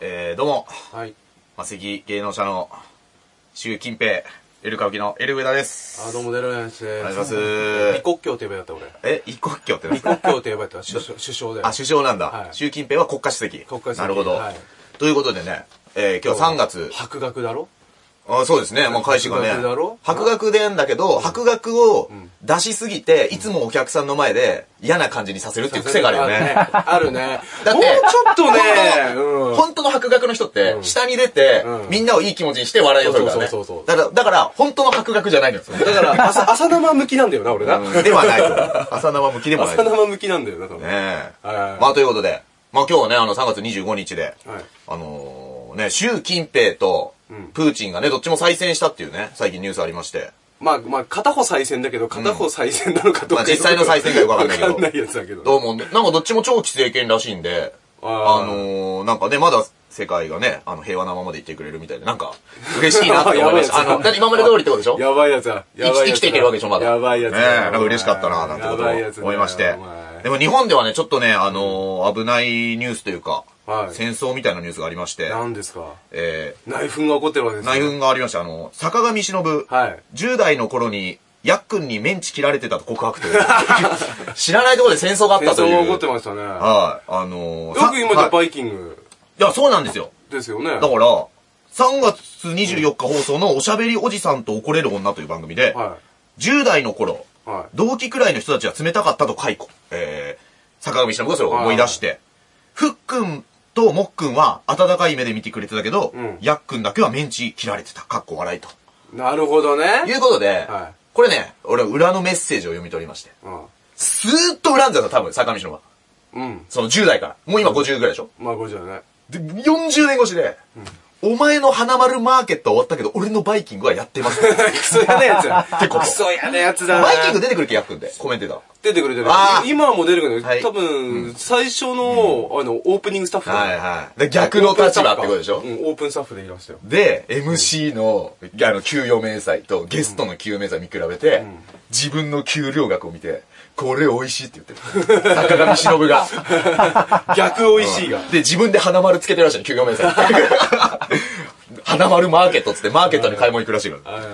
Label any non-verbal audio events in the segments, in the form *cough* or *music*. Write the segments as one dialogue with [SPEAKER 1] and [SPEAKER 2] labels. [SPEAKER 1] えー、どうも、
[SPEAKER 2] はい。
[SPEAKER 1] マセキ芸能者の周近平、エル歌舞伎のエル上田です。
[SPEAKER 2] あ、どうも、デロヤンです。お
[SPEAKER 1] お願いします。
[SPEAKER 2] 李克強といえばやった、俺。
[SPEAKER 1] え、一国境って何です
[SPEAKER 2] 李
[SPEAKER 1] か
[SPEAKER 2] 克強といえばやった、
[SPEAKER 1] *laughs*
[SPEAKER 2] 首相首相だよ。
[SPEAKER 1] あ、首相なんだ。
[SPEAKER 2] はい
[SPEAKER 1] 習近平は国家主席。
[SPEAKER 2] 国家主席
[SPEAKER 1] なるほど。
[SPEAKER 2] はい
[SPEAKER 1] ということでね、えー今日は3月。
[SPEAKER 2] 白学だろ
[SPEAKER 1] あそうですね、もう開始がね。
[SPEAKER 2] 博学だろ
[SPEAKER 1] 博学でんだけど、博学を出しすぎて、いつもお客さんの前で嫌な感じにさせるっていう癖があるよね。
[SPEAKER 2] *laughs* あるね。
[SPEAKER 1] だって、
[SPEAKER 2] もうちょっとね
[SPEAKER 1] 本当、の
[SPEAKER 2] うん
[SPEAKER 1] 本当の博学の人って、下に出て、
[SPEAKER 2] うん
[SPEAKER 1] みんなをいい気持ちにして笑いを取るからね。
[SPEAKER 2] そうそうそ
[SPEAKER 1] だ
[SPEAKER 2] うそう
[SPEAKER 1] から、だから、本当の博学じゃないのよ。だ
[SPEAKER 2] だから、朝、朝生向きなんだよな、俺な。
[SPEAKER 1] ではないと。浅生向きでもない
[SPEAKER 2] 朝
[SPEAKER 1] と。ね
[SPEAKER 2] 生向きなんだよな、多分。
[SPEAKER 1] え。
[SPEAKER 2] はいはいはい
[SPEAKER 1] まあ、ということで、まあ今日はね、あの、3月25日で、
[SPEAKER 2] はい
[SPEAKER 1] あのーね、習近平と、プーチンがね、どっちも再選したっていうね、最近ニュースありまして。
[SPEAKER 2] まあ、まあ、片方再選だけど、片方再選なのかど
[SPEAKER 1] ま
[SPEAKER 2] うか。
[SPEAKER 1] あ実際の再選かよくわかんないけど
[SPEAKER 2] わかんないやつだけど。
[SPEAKER 1] どうも、なんかどっちも長期政権らしいんで、
[SPEAKER 2] あ
[SPEAKER 1] あ
[SPEAKER 2] ー
[SPEAKER 1] のー、なんかね、まだ世界がね、あの、平和なままでいてくれるみたいで、なんか、嬉しいなって思いました。あ
[SPEAKER 2] *laughs* やばいやつ
[SPEAKER 1] の、だって今まで通りってことでしょ
[SPEAKER 2] やばいやつだ。や
[SPEAKER 1] 生き
[SPEAKER 2] ばいやつだ
[SPEAKER 1] 生きていけるわけでしょ、まだ。
[SPEAKER 2] やばいやつ
[SPEAKER 1] ね
[SPEAKER 2] だ。
[SPEAKER 1] えなんか嬉しかったな、なんてこと
[SPEAKER 2] やばいやつだ
[SPEAKER 1] を思いまして
[SPEAKER 2] お前。
[SPEAKER 1] でも日本ではね、ちょっとね、あのー、危ないニュースというか
[SPEAKER 2] は、い
[SPEAKER 1] 戦争みたいなニュースがありまして、
[SPEAKER 2] 何ですか
[SPEAKER 1] えー
[SPEAKER 2] 内紛が起こってるわけですね
[SPEAKER 1] 内紛がありました。あの、坂上忍、
[SPEAKER 2] はい。
[SPEAKER 1] 10代の頃に、ヤックンにメンチ切られてたと告白という。 *laughs* 知らないところで戦争があっ
[SPEAKER 2] 戦
[SPEAKER 1] たという。
[SPEAKER 2] 争が起こってましたね。よ
[SPEAKER 1] はい。あのー、
[SPEAKER 2] く今じゃ
[SPEAKER 1] はい、
[SPEAKER 2] バイキング
[SPEAKER 1] いや、そうなんですよ。
[SPEAKER 2] ですよね。
[SPEAKER 1] だから、3月24日放送のおしゃべりおじさんと怒れる女という番組で、
[SPEAKER 2] は
[SPEAKER 1] 10代の頃、
[SPEAKER 2] い。はい。
[SPEAKER 1] 同期くらいの人たちは冷たかったと解雇。えー、坂上忍がそれを思い出して、ふっくんともっくんは温かい目で見てくれてたけど、
[SPEAKER 2] うん
[SPEAKER 1] やっくんだけはメンチ切られてた。かっこ笑いと。
[SPEAKER 2] なるほど
[SPEAKER 1] い
[SPEAKER 2] ね。
[SPEAKER 1] うことで、
[SPEAKER 2] はい
[SPEAKER 1] これね、俺は裏のメッセージを読み取りまして、
[SPEAKER 2] うん。
[SPEAKER 1] ずーっと恨んでたの、多分、坂上忍は。
[SPEAKER 2] うん。
[SPEAKER 1] その10代から。もう今50ぐらいでしょ。
[SPEAKER 2] まあ、これじゃね。
[SPEAKER 1] で、40年越しで、お前の花丸マーケットは終わったけど、俺のバイキングはやってます。
[SPEAKER 2] *laughs* *laughs* クソ嫌なや
[SPEAKER 1] *laughs*
[SPEAKER 2] つだ。
[SPEAKER 1] てこと
[SPEAKER 2] クソ嫌なやつだな。
[SPEAKER 1] バイキング出てくる気やっくんで、コメントだ。
[SPEAKER 2] 出てくれてる
[SPEAKER 1] あー。
[SPEAKER 2] 今はもう出てくるけ
[SPEAKER 1] はい
[SPEAKER 2] ど、多分、最初の、あの、オープニングスタッフだ
[SPEAKER 1] はいはい。で、逆の立場ってことでしょ
[SPEAKER 2] うん、オープンスタッフでいらしたよ。
[SPEAKER 1] で、MC の、あの、給与明細とゲストの給与明細見比べて、自分の給料額を見て、これ美味しいって言ってる。坂上忍が。
[SPEAKER 2] 逆美味しいが。
[SPEAKER 1] で、自分で花丸つけてるらしいの、給与明細。 *laughs* 花丸マーケットっつって、マーケットに買い物行くらしいから。
[SPEAKER 2] あ
[SPEAKER 1] え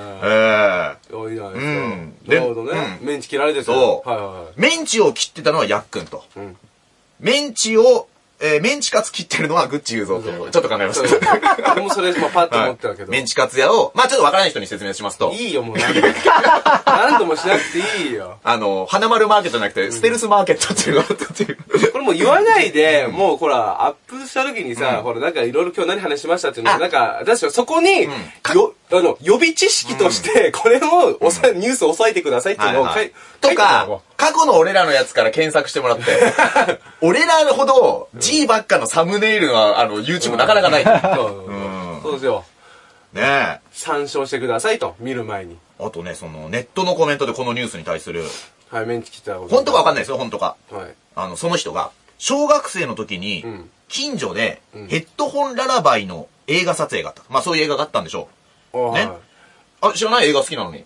[SPEAKER 1] え
[SPEAKER 2] あ、多いじゃないうで
[SPEAKER 1] ん
[SPEAKER 2] すか。なるほど
[SPEAKER 1] で
[SPEAKER 2] ね
[SPEAKER 1] う。ん
[SPEAKER 2] メンチ切られてた。
[SPEAKER 1] そう
[SPEAKER 2] はいはいはい。
[SPEAKER 1] メンチを切ってたのはヤックンと。
[SPEAKER 2] ん
[SPEAKER 1] メンチを、えーメンチカツ切ってるのはグッチ言うぞと。ちょっと考えま
[SPEAKER 2] そ
[SPEAKER 1] し
[SPEAKER 2] う
[SPEAKER 1] た。
[SPEAKER 2] 俺もそれ、まあ、パッと思ったけど。
[SPEAKER 1] メンチカツ屋を、まあちょっとわからない人に説明しますと、
[SPEAKER 2] いいよ、もう何度も。
[SPEAKER 1] *laughs*
[SPEAKER 2] 何度もしなくていいよ。
[SPEAKER 1] あの、花丸マーケットじゃなくて、ステルスマーケットっていうのがあったっていう。
[SPEAKER 2] これもう言わないで、もうほら、アップした時にさ、ほら、なんかいろいろ今日何話しましたっていうの
[SPEAKER 1] あ
[SPEAKER 2] をなんか、確かそこに、よ、あの、予備知識として、これをおさ、ニュースを押さえてくださいっていうのを書い、
[SPEAKER 1] と
[SPEAKER 2] 書いてた
[SPEAKER 1] か
[SPEAKER 2] の、
[SPEAKER 1] 過去の俺らのやつから検索してもら *laughs* って、俺らほど G ばっかのサムネイルは、あの、YouTube なかなかない。ね
[SPEAKER 2] そうそうそうですよ。
[SPEAKER 1] え。あ
[SPEAKER 2] 参照してくださいと、見る前に。
[SPEAKER 1] とね、その、ネットのコメントでこのニュースに対する、
[SPEAKER 2] はい、メンチ切ったこと
[SPEAKER 1] 本当かわかんないですよ、本当か。
[SPEAKER 2] はい。
[SPEAKER 1] あの、その人が、小学生の時に
[SPEAKER 2] ん、
[SPEAKER 1] 近所で、ヘッドホンララバイの映画撮影があった。まあそういう映画があったんでしょ
[SPEAKER 2] あー
[SPEAKER 1] ねう。あ、知らない映画好きなのに。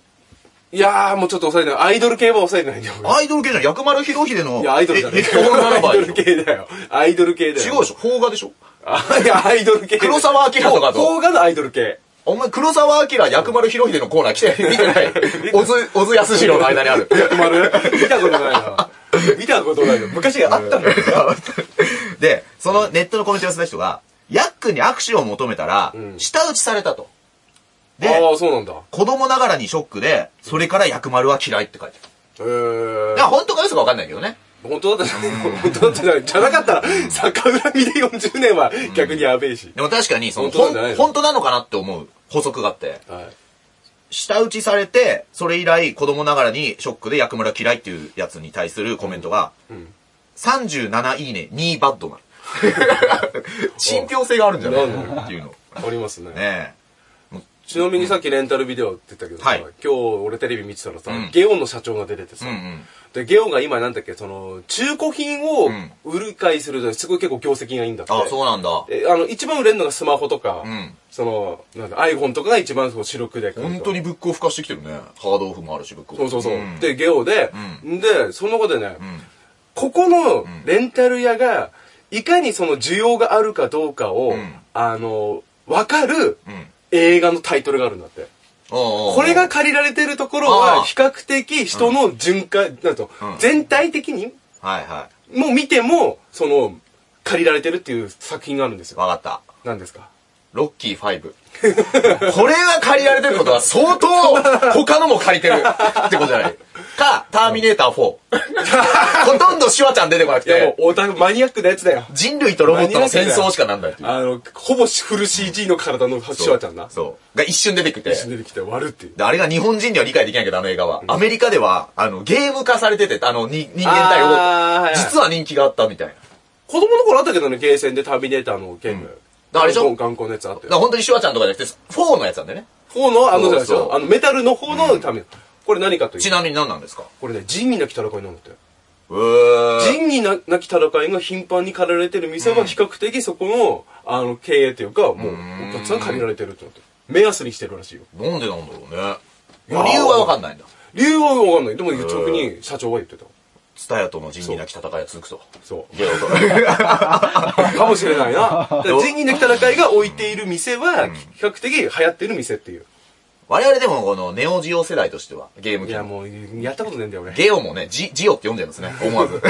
[SPEAKER 2] いやー、もうちょっと押さえ
[SPEAKER 1] *laughs*
[SPEAKER 2] てない。アイドル系は押さえてないんだよ。俺
[SPEAKER 1] アイドル系じゃん、薬丸博秀の、
[SPEAKER 2] いや、アイドルじゃない。
[SPEAKER 1] ヘッドホンララバ
[SPEAKER 2] ア
[SPEAKER 1] イ
[SPEAKER 2] イ
[SPEAKER 1] で
[SPEAKER 2] ド
[SPEAKER 1] し
[SPEAKER 2] ル
[SPEAKER 1] ょ。
[SPEAKER 2] 系だよ。アイドル系だよ。
[SPEAKER 1] 違うでしょ邦画でしょ
[SPEAKER 2] あいや、アイドル系。
[SPEAKER 1] 黒沢明とかと
[SPEAKER 2] 邦画のアイドル系。
[SPEAKER 1] お前、黒沢明、薬丸博秀のコーナー来て、見てない。小津、小津安二郎の間に
[SPEAKER 2] *laughs*
[SPEAKER 1] ある。
[SPEAKER 2] 止まる見たことないな。見たことないよ。昔あったのよ。
[SPEAKER 1] で、そのネットのコメントを寄せた人が、ヤックンに握手を求めたら、
[SPEAKER 2] ん
[SPEAKER 1] 舌打ちされたと。で、
[SPEAKER 2] ああ、そうなんだ。
[SPEAKER 1] 子供ながらにショックで、それから薬丸は嫌いって書いてある。
[SPEAKER 2] え
[SPEAKER 1] だ
[SPEAKER 2] ー
[SPEAKER 1] から本当か嘘かわかんないけどね。
[SPEAKER 2] 本当だったじゃない *laughs* 本当だったじゃないじゃなかったら、逆恨みで40年は逆にやべえし。
[SPEAKER 1] でも確かに、その、ほ
[SPEAKER 2] 本当なんじゃない
[SPEAKER 1] ん
[SPEAKER 2] の
[SPEAKER 1] 本当なのかなって思う補足があって、
[SPEAKER 2] はい。
[SPEAKER 1] 舌打ちされて、それ以来子供ながらにショックで薬丸は嫌いっていうやつに対するコメントが、37いいね、2バッ
[SPEAKER 2] *laughs*
[SPEAKER 1] ドなる。信憑性があるんじゃない
[SPEAKER 2] なんだ
[SPEAKER 1] っていうの。
[SPEAKER 2] ありますね。
[SPEAKER 1] ねえ。もう
[SPEAKER 2] ちなみにさっきレンタルビデオって言ったけどさ、
[SPEAKER 1] はい
[SPEAKER 2] 今日俺テレビ見てたらさ、
[SPEAKER 1] ん
[SPEAKER 2] ゲオンの社長が出ててさ、
[SPEAKER 1] うんうん
[SPEAKER 2] で、ゲオンが今なんだっけ、その、中古品を
[SPEAKER 1] ん
[SPEAKER 2] 売る買いすると、すごい結構業績がいいんだって。
[SPEAKER 1] あ、そうなんだ。
[SPEAKER 2] えあの、一番売れるのがスマホとか、
[SPEAKER 1] ん
[SPEAKER 2] その、なんだ、iPhone とかが一番そう主力で買うと
[SPEAKER 1] 本当にブックオフ化してきてるね。ハードオフもあるし、ブックオフ。
[SPEAKER 2] そうそうそう。
[SPEAKER 1] ん
[SPEAKER 2] で、ゲオで、で、その後でね、ここのレンタル屋が、いかにその需要があるかどうかを、
[SPEAKER 1] ん
[SPEAKER 2] あの、わかる
[SPEAKER 1] ん
[SPEAKER 2] 映画のタイトルがあるんだって。
[SPEAKER 1] こ
[SPEAKER 2] これが借りられてるところは、
[SPEAKER 1] あー
[SPEAKER 2] 比較的人の循環、なんと、全体的に
[SPEAKER 1] はいは
[SPEAKER 2] もう見ても、その、借りられてるっていう作品があるんです
[SPEAKER 1] い。
[SPEAKER 2] よ。
[SPEAKER 1] わかった。
[SPEAKER 2] 何ですか
[SPEAKER 1] ロッキー5。これが借りられてることは相当他のも借りてるってことじゃない。か、ターミネーター4。ほとんどシュワちゃん出てこなく
[SPEAKER 2] いやもう
[SPEAKER 1] て、、
[SPEAKER 2] オタクマニアックなやつだよ。
[SPEAKER 1] 人類とロボットの戦争しかなんないっていう。
[SPEAKER 2] あの、ほぼフル CG の体のシュワちゃんな。
[SPEAKER 1] そう。が一瞬出てきて。
[SPEAKER 2] 出てきて割るっていう。
[SPEAKER 1] で、あれが日本人には理解できないけど、あの映画は。アメリカでは、あの、ゲーム化されてて、あの、に人間対ロボ
[SPEAKER 2] あーはい
[SPEAKER 1] ット。実は人気があったみたいな。
[SPEAKER 2] 子供の頃あったけどね、ゲーセンでターミネーターのゲーム。
[SPEAKER 1] あれでしょ
[SPEAKER 2] ガンコンのやつあっ
[SPEAKER 1] だ
[SPEAKER 2] た
[SPEAKER 1] から
[SPEAKER 2] よ。
[SPEAKER 1] 本当にシュワちゃんとかじゃなくて、4のやつなんだよね。
[SPEAKER 2] 方の、あ
[SPEAKER 1] そう
[SPEAKER 2] の、
[SPEAKER 1] そう
[SPEAKER 2] でしょあの、メタルの方のターミネーター。これ何かという
[SPEAKER 1] ち
[SPEAKER 2] と、
[SPEAKER 1] なみに何なんですか
[SPEAKER 2] これね、仁義なき戦いなんだって。
[SPEAKER 1] うー。
[SPEAKER 2] 仁義ななき戦いが頻繁に借りられてる店は比較的そこの、あの、経営というか、もう、お客さん借りられてるってなってる。目安にしてるらしいよ。
[SPEAKER 1] なんでなんだろうね。もう理由はわかんないんだ。
[SPEAKER 2] 理由はわかんない。でも、直に社長は言ってた。
[SPEAKER 1] ツタヤとの仁義なき戦いが続くと。
[SPEAKER 2] そう。
[SPEAKER 1] ゲオと。
[SPEAKER 2] かもしれないな。
[SPEAKER 1] *laughs*
[SPEAKER 2] だから仁義なき戦いが置いている店は、比較的流行ってる店っていう。
[SPEAKER 1] 我々でもこのネオジオ世代としては、ゲーム
[SPEAKER 2] い
[SPEAKER 1] 機
[SPEAKER 2] や、
[SPEAKER 1] の。
[SPEAKER 2] もう、やったことねえんだよ、俺。
[SPEAKER 1] ゲオもね、ジ、 *laughs* ジオって読んじゃいますね。思わず。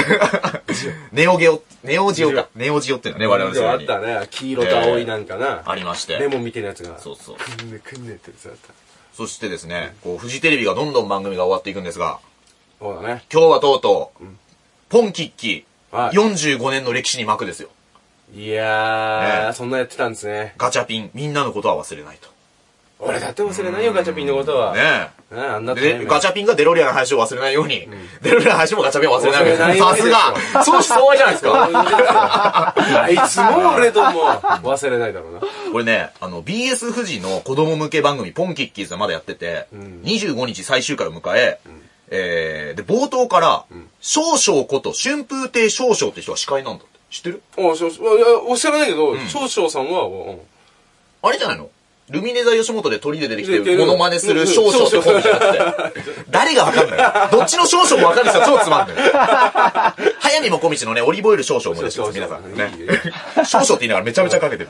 [SPEAKER 1] ネオゲオ、ネオジオか。ネオジオっていうのね、我々の世代
[SPEAKER 2] あっ
[SPEAKER 1] に。
[SPEAKER 2] たね。黄色と青いなんかな。
[SPEAKER 1] ありまし
[SPEAKER 2] レ
[SPEAKER 1] て。
[SPEAKER 2] モンみたいなやつが。
[SPEAKER 1] そうそう。
[SPEAKER 2] くんねくんねってやつだった。
[SPEAKER 1] そしてですね、こう、フジテレビがどんどん番組が終わっていくんですが、
[SPEAKER 2] そうだね。
[SPEAKER 1] 今日はとうとう、ポンキッキー、
[SPEAKER 2] はい
[SPEAKER 1] 45年の歴史に幕ですよ。
[SPEAKER 2] いやー、
[SPEAKER 1] ね
[SPEAKER 2] そんなやってたんですね。
[SPEAKER 1] ガチャピン、みんなのことは忘れないと。
[SPEAKER 2] 俺だって忘れないよ、ガチャピンのことは。
[SPEAKER 1] ね
[SPEAKER 2] ねあんな
[SPEAKER 1] え。で、ガチ
[SPEAKER 2] ャ
[SPEAKER 1] ャピンがデロリアンの話を忘れないように、デロリアンの話もガチャピンを忘れないよう
[SPEAKER 2] 忘れない
[SPEAKER 1] に。
[SPEAKER 2] ように
[SPEAKER 1] さすが、相思相愛じゃないですか。 *laughs*
[SPEAKER 2] あいつも俺とも忘れないだろうな。
[SPEAKER 1] これね、あの、BS 富士の子供向け番組、ポンキッキーズがまだやってて、25日最終回を迎え、えー、で、冒頭から、少々こと、春風亭少々って人が司会なんだって。知ってる
[SPEAKER 2] おしょしょいやお知らないけど、少々さんは、うん
[SPEAKER 1] あれじゃないのルミネ座吉本で鳥で出てき
[SPEAKER 2] 出て
[SPEAKER 1] て、
[SPEAKER 2] る
[SPEAKER 1] モノマネする少々ってコンビじゃな *laughs* くて。誰がわかんないどっちの少々もわかんない人は超つまんない。早見もこみちのね、オリーブオイル少々も出してます、皆さん。ね
[SPEAKER 2] いいね。
[SPEAKER 1] 少々って言いながらめちゃめちゃかけてる。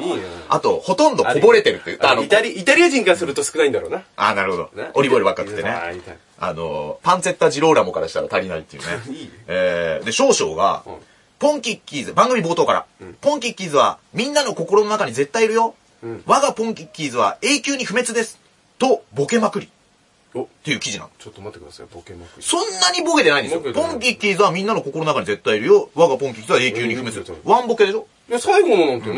[SPEAKER 2] いいね。
[SPEAKER 1] あと、ほとんどこぼれてるって言った。あ
[SPEAKER 2] あ
[SPEAKER 1] の
[SPEAKER 2] の、イ、タリ、イタリア人からすると少ないんだろうな。
[SPEAKER 1] あ、なるほど
[SPEAKER 2] ね。
[SPEAKER 1] オリーブオイルばっか食って
[SPEAKER 2] あー
[SPEAKER 1] ね
[SPEAKER 2] イタ。リ
[SPEAKER 1] あの、パンツェッタジローラモからしたら足りないっていうね。
[SPEAKER 2] *laughs* いいね
[SPEAKER 1] えーで、少々が
[SPEAKER 2] ん、
[SPEAKER 1] ポンキッキーズ、番組冒頭から、ポンキッキーズはみんなの心の中に絶対いるよ。我がポンキッキーズは永久に不滅です。と、ボケまくり。っ
[SPEAKER 2] お、
[SPEAKER 1] ていう記事なの。
[SPEAKER 2] ちょっと待ってください、ボケまくり。
[SPEAKER 1] そんなにボケてないんです
[SPEAKER 2] ボケ
[SPEAKER 1] よ。
[SPEAKER 2] てない
[SPEAKER 1] ポンキッキーズはみんなの心の中に絶対いるよ。我がポンキッキーズは永久に不滅です。ワンボケでしょ
[SPEAKER 2] いや、最後のなんてね、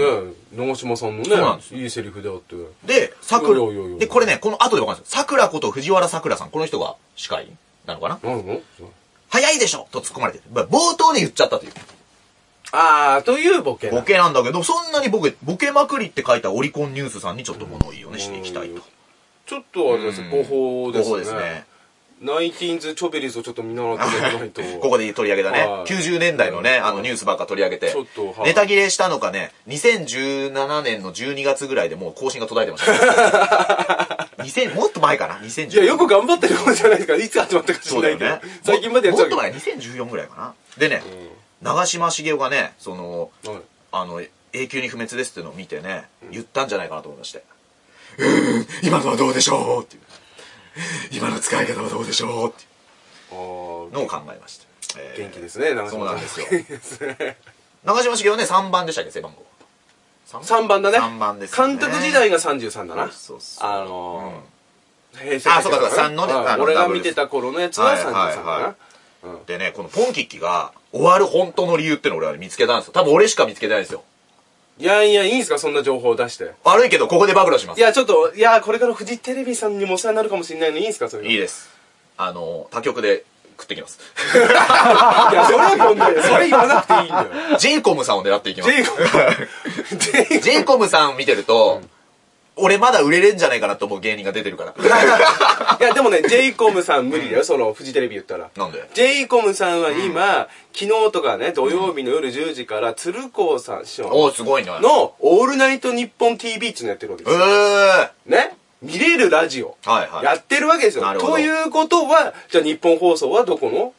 [SPEAKER 2] 長島さんのね
[SPEAKER 1] うなんで、
[SPEAKER 2] いいセリフであって。う
[SPEAKER 1] で、桜
[SPEAKER 2] おいおいおいおい、
[SPEAKER 1] で、これね、この後でわかるんですよ。桜こと藤原桜さん、この人が司会なのかな
[SPEAKER 2] なの
[SPEAKER 1] 早いでしょと突っ込まれてる。まあ冒頭で言っちゃったという。
[SPEAKER 2] あー、というボケな。
[SPEAKER 1] ボケなんだけど、そんなにボケ、ボケまくりって書いたオリコンニュースさんにちょっと物言いをね、していきたいと。
[SPEAKER 2] ちょっとあれですね、誤報です
[SPEAKER 1] こ
[SPEAKER 2] ね。
[SPEAKER 1] こですね。
[SPEAKER 2] ナインティーンズ・チョベリズをちょっと見習っていただか *laughs* ないと。
[SPEAKER 1] *laughs* ここで取り上げたね
[SPEAKER 2] はい。
[SPEAKER 1] 90年代のね、あのニュースばっか取り上げて
[SPEAKER 2] ちょっとは、い
[SPEAKER 1] ネタ切れしたのかね、2017年の12月ぐらいでもう更新が途絶えてました。2000、もっ
[SPEAKER 2] *laughs*
[SPEAKER 1] と前かな ?2014。
[SPEAKER 2] いや、よく頑張ってる方じゃないですか。いつ始まったか知
[SPEAKER 1] そう
[SPEAKER 2] ら
[SPEAKER 1] だ
[SPEAKER 2] ない
[SPEAKER 1] よ
[SPEAKER 2] けど
[SPEAKER 1] ね。。
[SPEAKER 2] 最近までやっち
[SPEAKER 1] も
[SPEAKER 2] ゃ
[SPEAKER 1] っ
[SPEAKER 2] うけ
[SPEAKER 1] と
[SPEAKER 2] ど。
[SPEAKER 1] 前、2014ぐらいかな。でね、長嶋茂雄がね、その、
[SPEAKER 2] はい
[SPEAKER 1] あの、永久に不滅ですっていうのを見てね、言ったんじゃないかなと思いまして。うーん、今のはどうでしょうっていう。今の使い方はどうでしょうってい
[SPEAKER 2] あー
[SPEAKER 1] うのを考えました。えー
[SPEAKER 2] 元気ですね、長島さん。
[SPEAKER 1] そうなん
[SPEAKER 2] *laughs*
[SPEAKER 1] ですよ
[SPEAKER 2] 元気ですね。
[SPEAKER 1] 長嶋茂雄はね、3番でしたっけ、背番号。
[SPEAKER 2] 3番だね。
[SPEAKER 1] 三番ですね
[SPEAKER 2] 監督時代が33だな。
[SPEAKER 1] そうそう
[SPEAKER 2] あのー、平成
[SPEAKER 1] あそうかそうか三のね
[SPEAKER 2] うん
[SPEAKER 1] あの
[SPEAKER 2] 俺が
[SPEAKER 1] ダブル
[SPEAKER 2] 見てた頃のやつは33だな。
[SPEAKER 1] はいはいはいでね、このポンキッキが終わる本当の理由っていうのを俺は見つけたんですよ。多分俺しか見つけてないんですよ。
[SPEAKER 2] いやいや、いいんすか、そんな情報を出して。
[SPEAKER 1] 悪いけど、ここで暴露します
[SPEAKER 2] い。や、ちょっと、いや、これからフジテレビさんにもお世話になるかもしれないの、いいんすか、それ。
[SPEAKER 1] いい
[SPEAKER 2] い
[SPEAKER 1] です。あの、他局で食ってき
[SPEAKER 2] *laughs*
[SPEAKER 1] ます。
[SPEAKER 2] や、それはこんなそれ言わなくていいんだ
[SPEAKER 1] *laughs*
[SPEAKER 2] よ。
[SPEAKER 1] ジェイコムさんを狙っていきます。
[SPEAKER 2] ジェイコム *laughs* ジェイコム
[SPEAKER 1] ジェイコムさん見てると、俺まだ売れれんじゃないかなと思う芸人が出てる
[SPEAKER 2] *laughs*
[SPEAKER 1] から。
[SPEAKER 2] いや、でもね、j イコムさん無理だよ、その、フジテレビ言ったら。
[SPEAKER 1] なんで
[SPEAKER 2] j イコムさんは今、昨日とかね、土曜日の夜10時から、鶴光さん師
[SPEAKER 1] お
[SPEAKER 2] 匠
[SPEAKER 1] ー、すごいね。
[SPEAKER 2] の、オールナイトニッポン TV っていうのやってるわけで
[SPEAKER 1] え
[SPEAKER 2] す
[SPEAKER 1] ー。
[SPEAKER 2] よ。
[SPEAKER 1] は
[SPEAKER 2] ね見れるラジオ。
[SPEAKER 1] いはい。
[SPEAKER 2] やってるわけですよ
[SPEAKER 1] な。るほど
[SPEAKER 2] ということは、じゃあ日本放送はどこの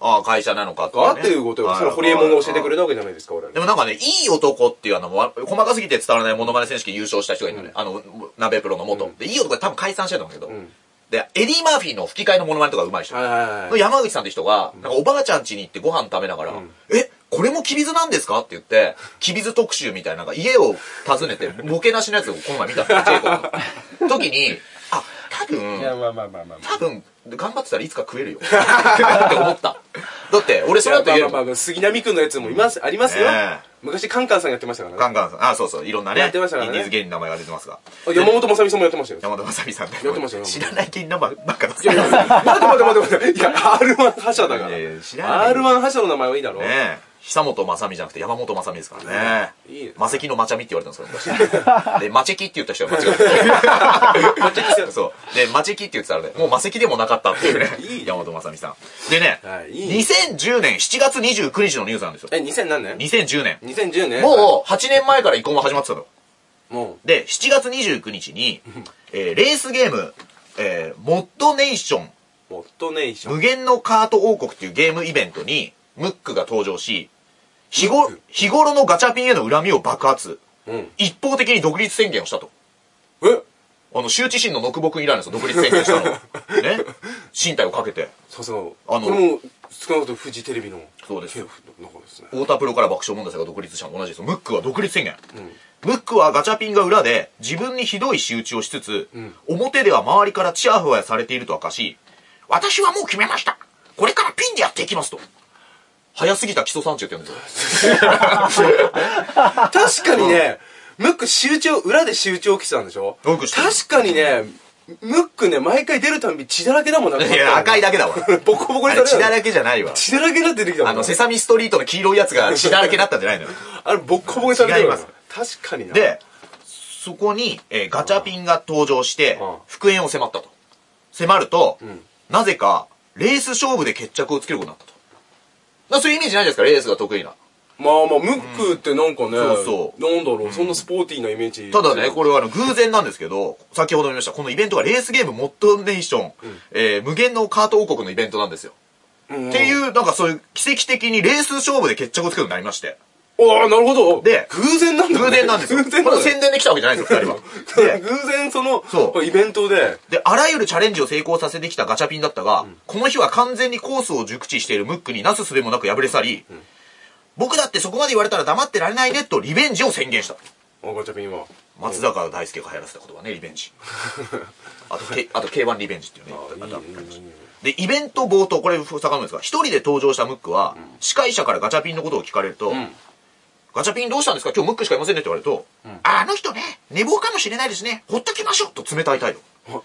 [SPEAKER 1] ああ、会社なのかと
[SPEAKER 2] か
[SPEAKER 1] か、
[SPEAKER 2] っていうことよ。それホリエモンが教えてくれたわけじゃないですか、俺ら
[SPEAKER 1] でもなんかね、いい男っていうあの、わ細かすぎて伝わらないモノマネ選手権優勝した人がいるのね。あの、鍋プロの元。で、いい男で多分解散してたんだけど。
[SPEAKER 2] ん
[SPEAKER 1] で、エディ・マーフィーの吹き替えのモノマネとか上手い人。
[SPEAKER 2] はいはい
[SPEAKER 1] の
[SPEAKER 2] はい。
[SPEAKER 1] 山口さんって人が、なんかおばあちゃん家に行ってご飯食べながら、え、これもキビズなんですかって言って、キビズ特集みたいな、なんか家を訪ねて、
[SPEAKER 2] *laughs*
[SPEAKER 1] ボケなしのやつをこの前見たんですよ、ジェイコブの時に、あ、多分、
[SPEAKER 2] まあまあまあまあ。
[SPEAKER 1] 多分、頑張ってたらいつか食えるよ。って思った。だって、俺それだと言える
[SPEAKER 2] ま
[SPEAKER 1] も
[SPEAKER 2] あ
[SPEAKER 1] ん
[SPEAKER 2] まあまあ、杉並くんのやつもいます、ありますよ
[SPEAKER 1] ねえ。
[SPEAKER 2] 昔、カンカンさんやってましたからね
[SPEAKER 1] ガ。ンガンさん。あ、そうそう。いろんなね。
[SPEAKER 2] やってましたからね
[SPEAKER 1] インディーズ芸人の名前が出てますが。
[SPEAKER 2] あ山本まさみさんもやってましたよ。
[SPEAKER 1] 山田まさみさんね。
[SPEAKER 2] やってましたよ
[SPEAKER 1] 知らない芸人の名前ばっかだ
[SPEAKER 2] いやいや、待って待って待って待って。いや、R1 覇者だから。
[SPEAKER 1] いやいや知らない
[SPEAKER 2] R1 覇者の名前はいいだろ。
[SPEAKER 1] ねえ。久本雅美じゃなくて山本雅美ですからね。
[SPEAKER 2] いいですね
[SPEAKER 1] マセキのマチャミって言われたんですよ、
[SPEAKER 2] *laughs*
[SPEAKER 1] 昔。で、マチェキって言った人が間違え
[SPEAKER 2] マチェキ
[SPEAKER 1] た。そう。で、マチェキって言ってたらね、もうマセキでもなかったっていうね
[SPEAKER 2] いいね。
[SPEAKER 1] 山本雅美さん。でね、
[SPEAKER 2] はいいいね
[SPEAKER 1] 2010年7月29日のニュースなんですよ
[SPEAKER 2] え、。2000何年
[SPEAKER 1] 2010年。
[SPEAKER 2] ?2010 年
[SPEAKER 1] もう8年前から移行も始まってたの。
[SPEAKER 2] う。も
[SPEAKER 1] で、7月29日に、えーレースゲーム、えーモッドネーション
[SPEAKER 2] う、モットネーション。
[SPEAKER 1] 無限のカート王国っていうゲームイベントに、ムックが登場し、日ご
[SPEAKER 2] ムック
[SPEAKER 1] 日頃のガチャピンへの恨みを爆発。
[SPEAKER 2] うん。
[SPEAKER 1] 一方的に独立宣言をしたと。
[SPEAKER 2] え
[SPEAKER 1] あの、羞恥心のノクボ君以来なんですよ、独立宣言
[SPEAKER 2] *laughs*
[SPEAKER 1] したの。ね身体をかけて。
[SPEAKER 2] そうそう。
[SPEAKER 1] あの
[SPEAKER 2] これも、少なくともフジテレビの。
[SPEAKER 1] そうです
[SPEAKER 2] の中ですね。
[SPEAKER 1] 太田プロから爆笑問題さんが独立したのと同じですよ。ムックは独立宣言。ムックはガチャピンが裏で自分にひどい仕打ちをしつつ、
[SPEAKER 2] ん
[SPEAKER 1] 表では周りからチヤホヤされていると明かし、私はもう決めましたこれからピンでやっていきますと。早すぎた基礎産中って言うんですよ。
[SPEAKER 2] 確かにね、ムック集中、裏で集中起きてたんでしょ
[SPEAKER 1] よく知ってる
[SPEAKER 2] 確かにね、ムックね、毎回出るたんび血だらけだもんな。
[SPEAKER 1] いや、 *laughs* 赤いだけだわ。
[SPEAKER 2] ボコボコ
[SPEAKER 1] あれ
[SPEAKER 2] にされた
[SPEAKER 1] 血だらけじゃないわ。
[SPEAKER 2] 血だらけになって出てきたもん
[SPEAKER 1] あの、セサミストリートの黄色いやつが血だらけだったんじゃないのよ。
[SPEAKER 2] あれ、ボッコボコにされてる
[SPEAKER 1] 違い
[SPEAKER 2] わ
[SPEAKER 1] ます
[SPEAKER 2] 確かにな。、
[SPEAKER 1] で、そこに、えーガチャピンが登場して
[SPEAKER 2] うん、
[SPEAKER 1] 復縁を迫ったと。迫ると、
[SPEAKER 2] ん
[SPEAKER 1] なぜか、レース勝負で決着をつけることになったと。だからそういうイメージないじゃないですか、レースが得意な。
[SPEAKER 2] まあまあ、ムックってなんかね、
[SPEAKER 1] そうそ
[SPEAKER 2] なんだろう、そんなスポーティーなイメージ。
[SPEAKER 1] ただね、これはあの偶然なんですけど、先ほども言いました、このイベントがレースゲームモッドネーション、えー無限のカート王国のイベントなんですよ。
[SPEAKER 2] れ、うん
[SPEAKER 1] っていう、なんかそういう奇跡的にレース勝負で決着をつけるようになりまして。
[SPEAKER 2] おーなるほど。
[SPEAKER 1] で
[SPEAKER 2] 偶然なんだね
[SPEAKER 1] 偶然なんですよ。
[SPEAKER 2] 偶然
[SPEAKER 1] こ
[SPEAKER 2] な
[SPEAKER 1] れ
[SPEAKER 2] んだね
[SPEAKER 1] 宣伝で来たわけじゃないんですよ、二人は。で
[SPEAKER 2] 偶然 *laughs* その、
[SPEAKER 1] そう
[SPEAKER 2] イベントで、
[SPEAKER 1] で、あらゆるチャレンジを成功させてきたガチャピンだったが、この日は完全にコースを熟知しているムックになすすべもなく敗れ去り、僕だってそこまで言われたら黙ってられないねとリベンジを宣言した。
[SPEAKER 2] あガチャピンは。
[SPEAKER 1] 松坂大輔が流行らせた言葉ね、リベン
[SPEAKER 2] *laughs*
[SPEAKER 1] ジ。あと、けあと K1 リベンジっていうね。
[SPEAKER 2] いいねいいねいいね
[SPEAKER 1] で、イベント冒頭、これ、坂上ですが、一人で登場したムックは、司会者からガチャピンのことを聞かれると、ガチャピンどうしたんですか今日ムックしかいませんねって言われると、あの人ね、寝坊かもしれないですね。ほっときましょうと冷たい態
[SPEAKER 2] は
[SPEAKER 1] 度。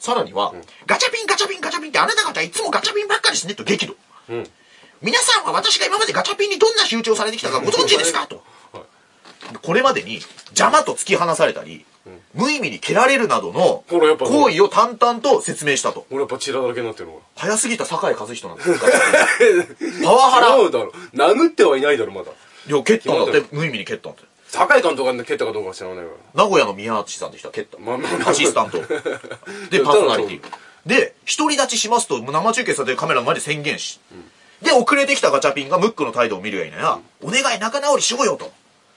[SPEAKER 1] さらには、ガチャピンガチャピンガチャピンってあなた方いつもガチャピンばっかりですねと激怒。皆さんは私が今までガチャピンにどんな仕打ちをされてきたかご存知です *laughs* かと。これまでに邪魔と突き放されたり、無意味に蹴られるなどの
[SPEAKER 2] ほらやっぱ
[SPEAKER 1] 行為を淡々と説明したと。
[SPEAKER 2] 俺やっぱ血だらけになってるわ。
[SPEAKER 1] 早すぎた酒井和人なんです
[SPEAKER 2] *laughs*
[SPEAKER 1] よパワハラ
[SPEAKER 2] 違うだろ。殴ってはいないだろ、まだ。
[SPEAKER 1] いや、蹴ったんだって、無意味に蹴ったんだって。
[SPEAKER 2] 酒井監督が蹴ったかどうかは知らないから。
[SPEAKER 1] 名古屋の宮内さんでした、蹴った
[SPEAKER 2] まあまあま。あ
[SPEAKER 1] アシスタ
[SPEAKER 2] *laughs*
[SPEAKER 1] ント。
[SPEAKER 2] い
[SPEAKER 1] で、
[SPEAKER 2] や
[SPEAKER 1] パーソナリティ。で、独り立ちしますと、生中継されてるカメラの前で宣言し。で、遅れてきたガチャピンがムックの態度を見るやいなや、お願い仲直りしろよと。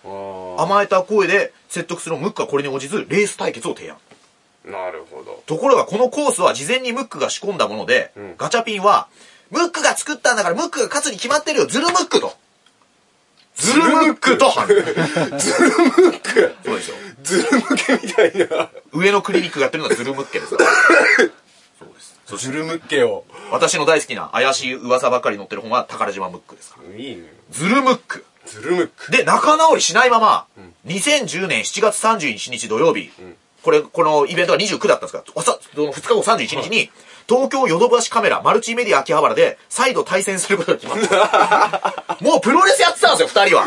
[SPEAKER 2] あ
[SPEAKER 1] 甘えた声で説得するもムックはこれに応じず、レース対決を提案。
[SPEAKER 2] あ。なるほど。
[SPEAKER 1] ところがこのコースは事前にムックが仕込んだもので、
[SPEAKER 2] ん
[SPEAKER 1] ガチャピンは、ムックが作ったんだからムックが勝つに決まってるよ、ズルムックと。ズルムックと反論。そうですよ。
[SPEAKER 2] ズル向けみたいな。
[SPEAKER 1] 上のクリニックがやってるのはズルムッケですから。そうです。そして
[SPEAKER 2] ズル向けを。
[SPEAKER 1] 私の大好きな怪しい噂ばっかり載ってる本は宝島ムックですから。
[SPEAKER 2] いいね。
[SPEAKER 1] ズルムック。
[SPEAKER 2] ズル向け。
[SPEAKER 1] で、仲直りしないまま、2010年7月31日土曜日、これ、このイベントが29だったんですが、おさその2日後31日に、東京ヨドバシカメラマルチメディア秋葉原で再度対戦することが決まった。
[SPEAKER 2] *laughs*
[SPEAKER 1] もうプロレスやってたんですよ、2人は。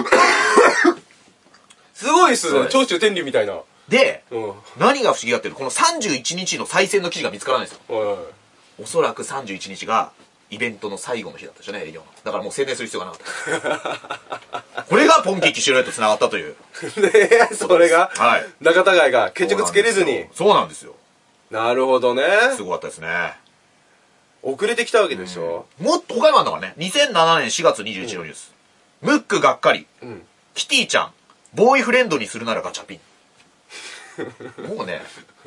[SPEAKER 2] すごいっす
[SPEAKER 1] そう
[SPEAKER 2] ね。
[SPEAKER 1] です
[SPEAKER 2] 長州天竜みたいな。
[SPEAKER 1] で、
[SPEAKER 2] うん。おい
[SPEAKER 1] 何が不思議かっていうと、この31日の再選の記事が見つからないんですよ。
[SPEAKER 2] おい。
[SPEAKER 1] おそらく31日が、イベントの最後の日だったでしょうね、営業の。だからもう宣伝する必要がなか
[SPEAKER 2] *laughs*
[SPEAKER 1] った。これがポンキッキシュレットと繋がったという。
[SPEAKER 2] *laughs* で、それが、
[SPEAKER 1] はい
[SPEAKER 2] 中田街が決着つけれずに。
[SPEAKER 1] そうなんですよ。
[SPEAKER 2] なるほどね。
[SPEAKER 1] すごかったですね。
[SPEAKER 2] 遅れてきたわけでしょ。
[SPEAKER 1] もっと他にもあんだからね。2007年4月21日のニュース。ムックがっかり。
[SPEAKER 2] うん。
[SPEAKER 1] キティちゃん。ボーイフレンドにするならガチャピン。もうね、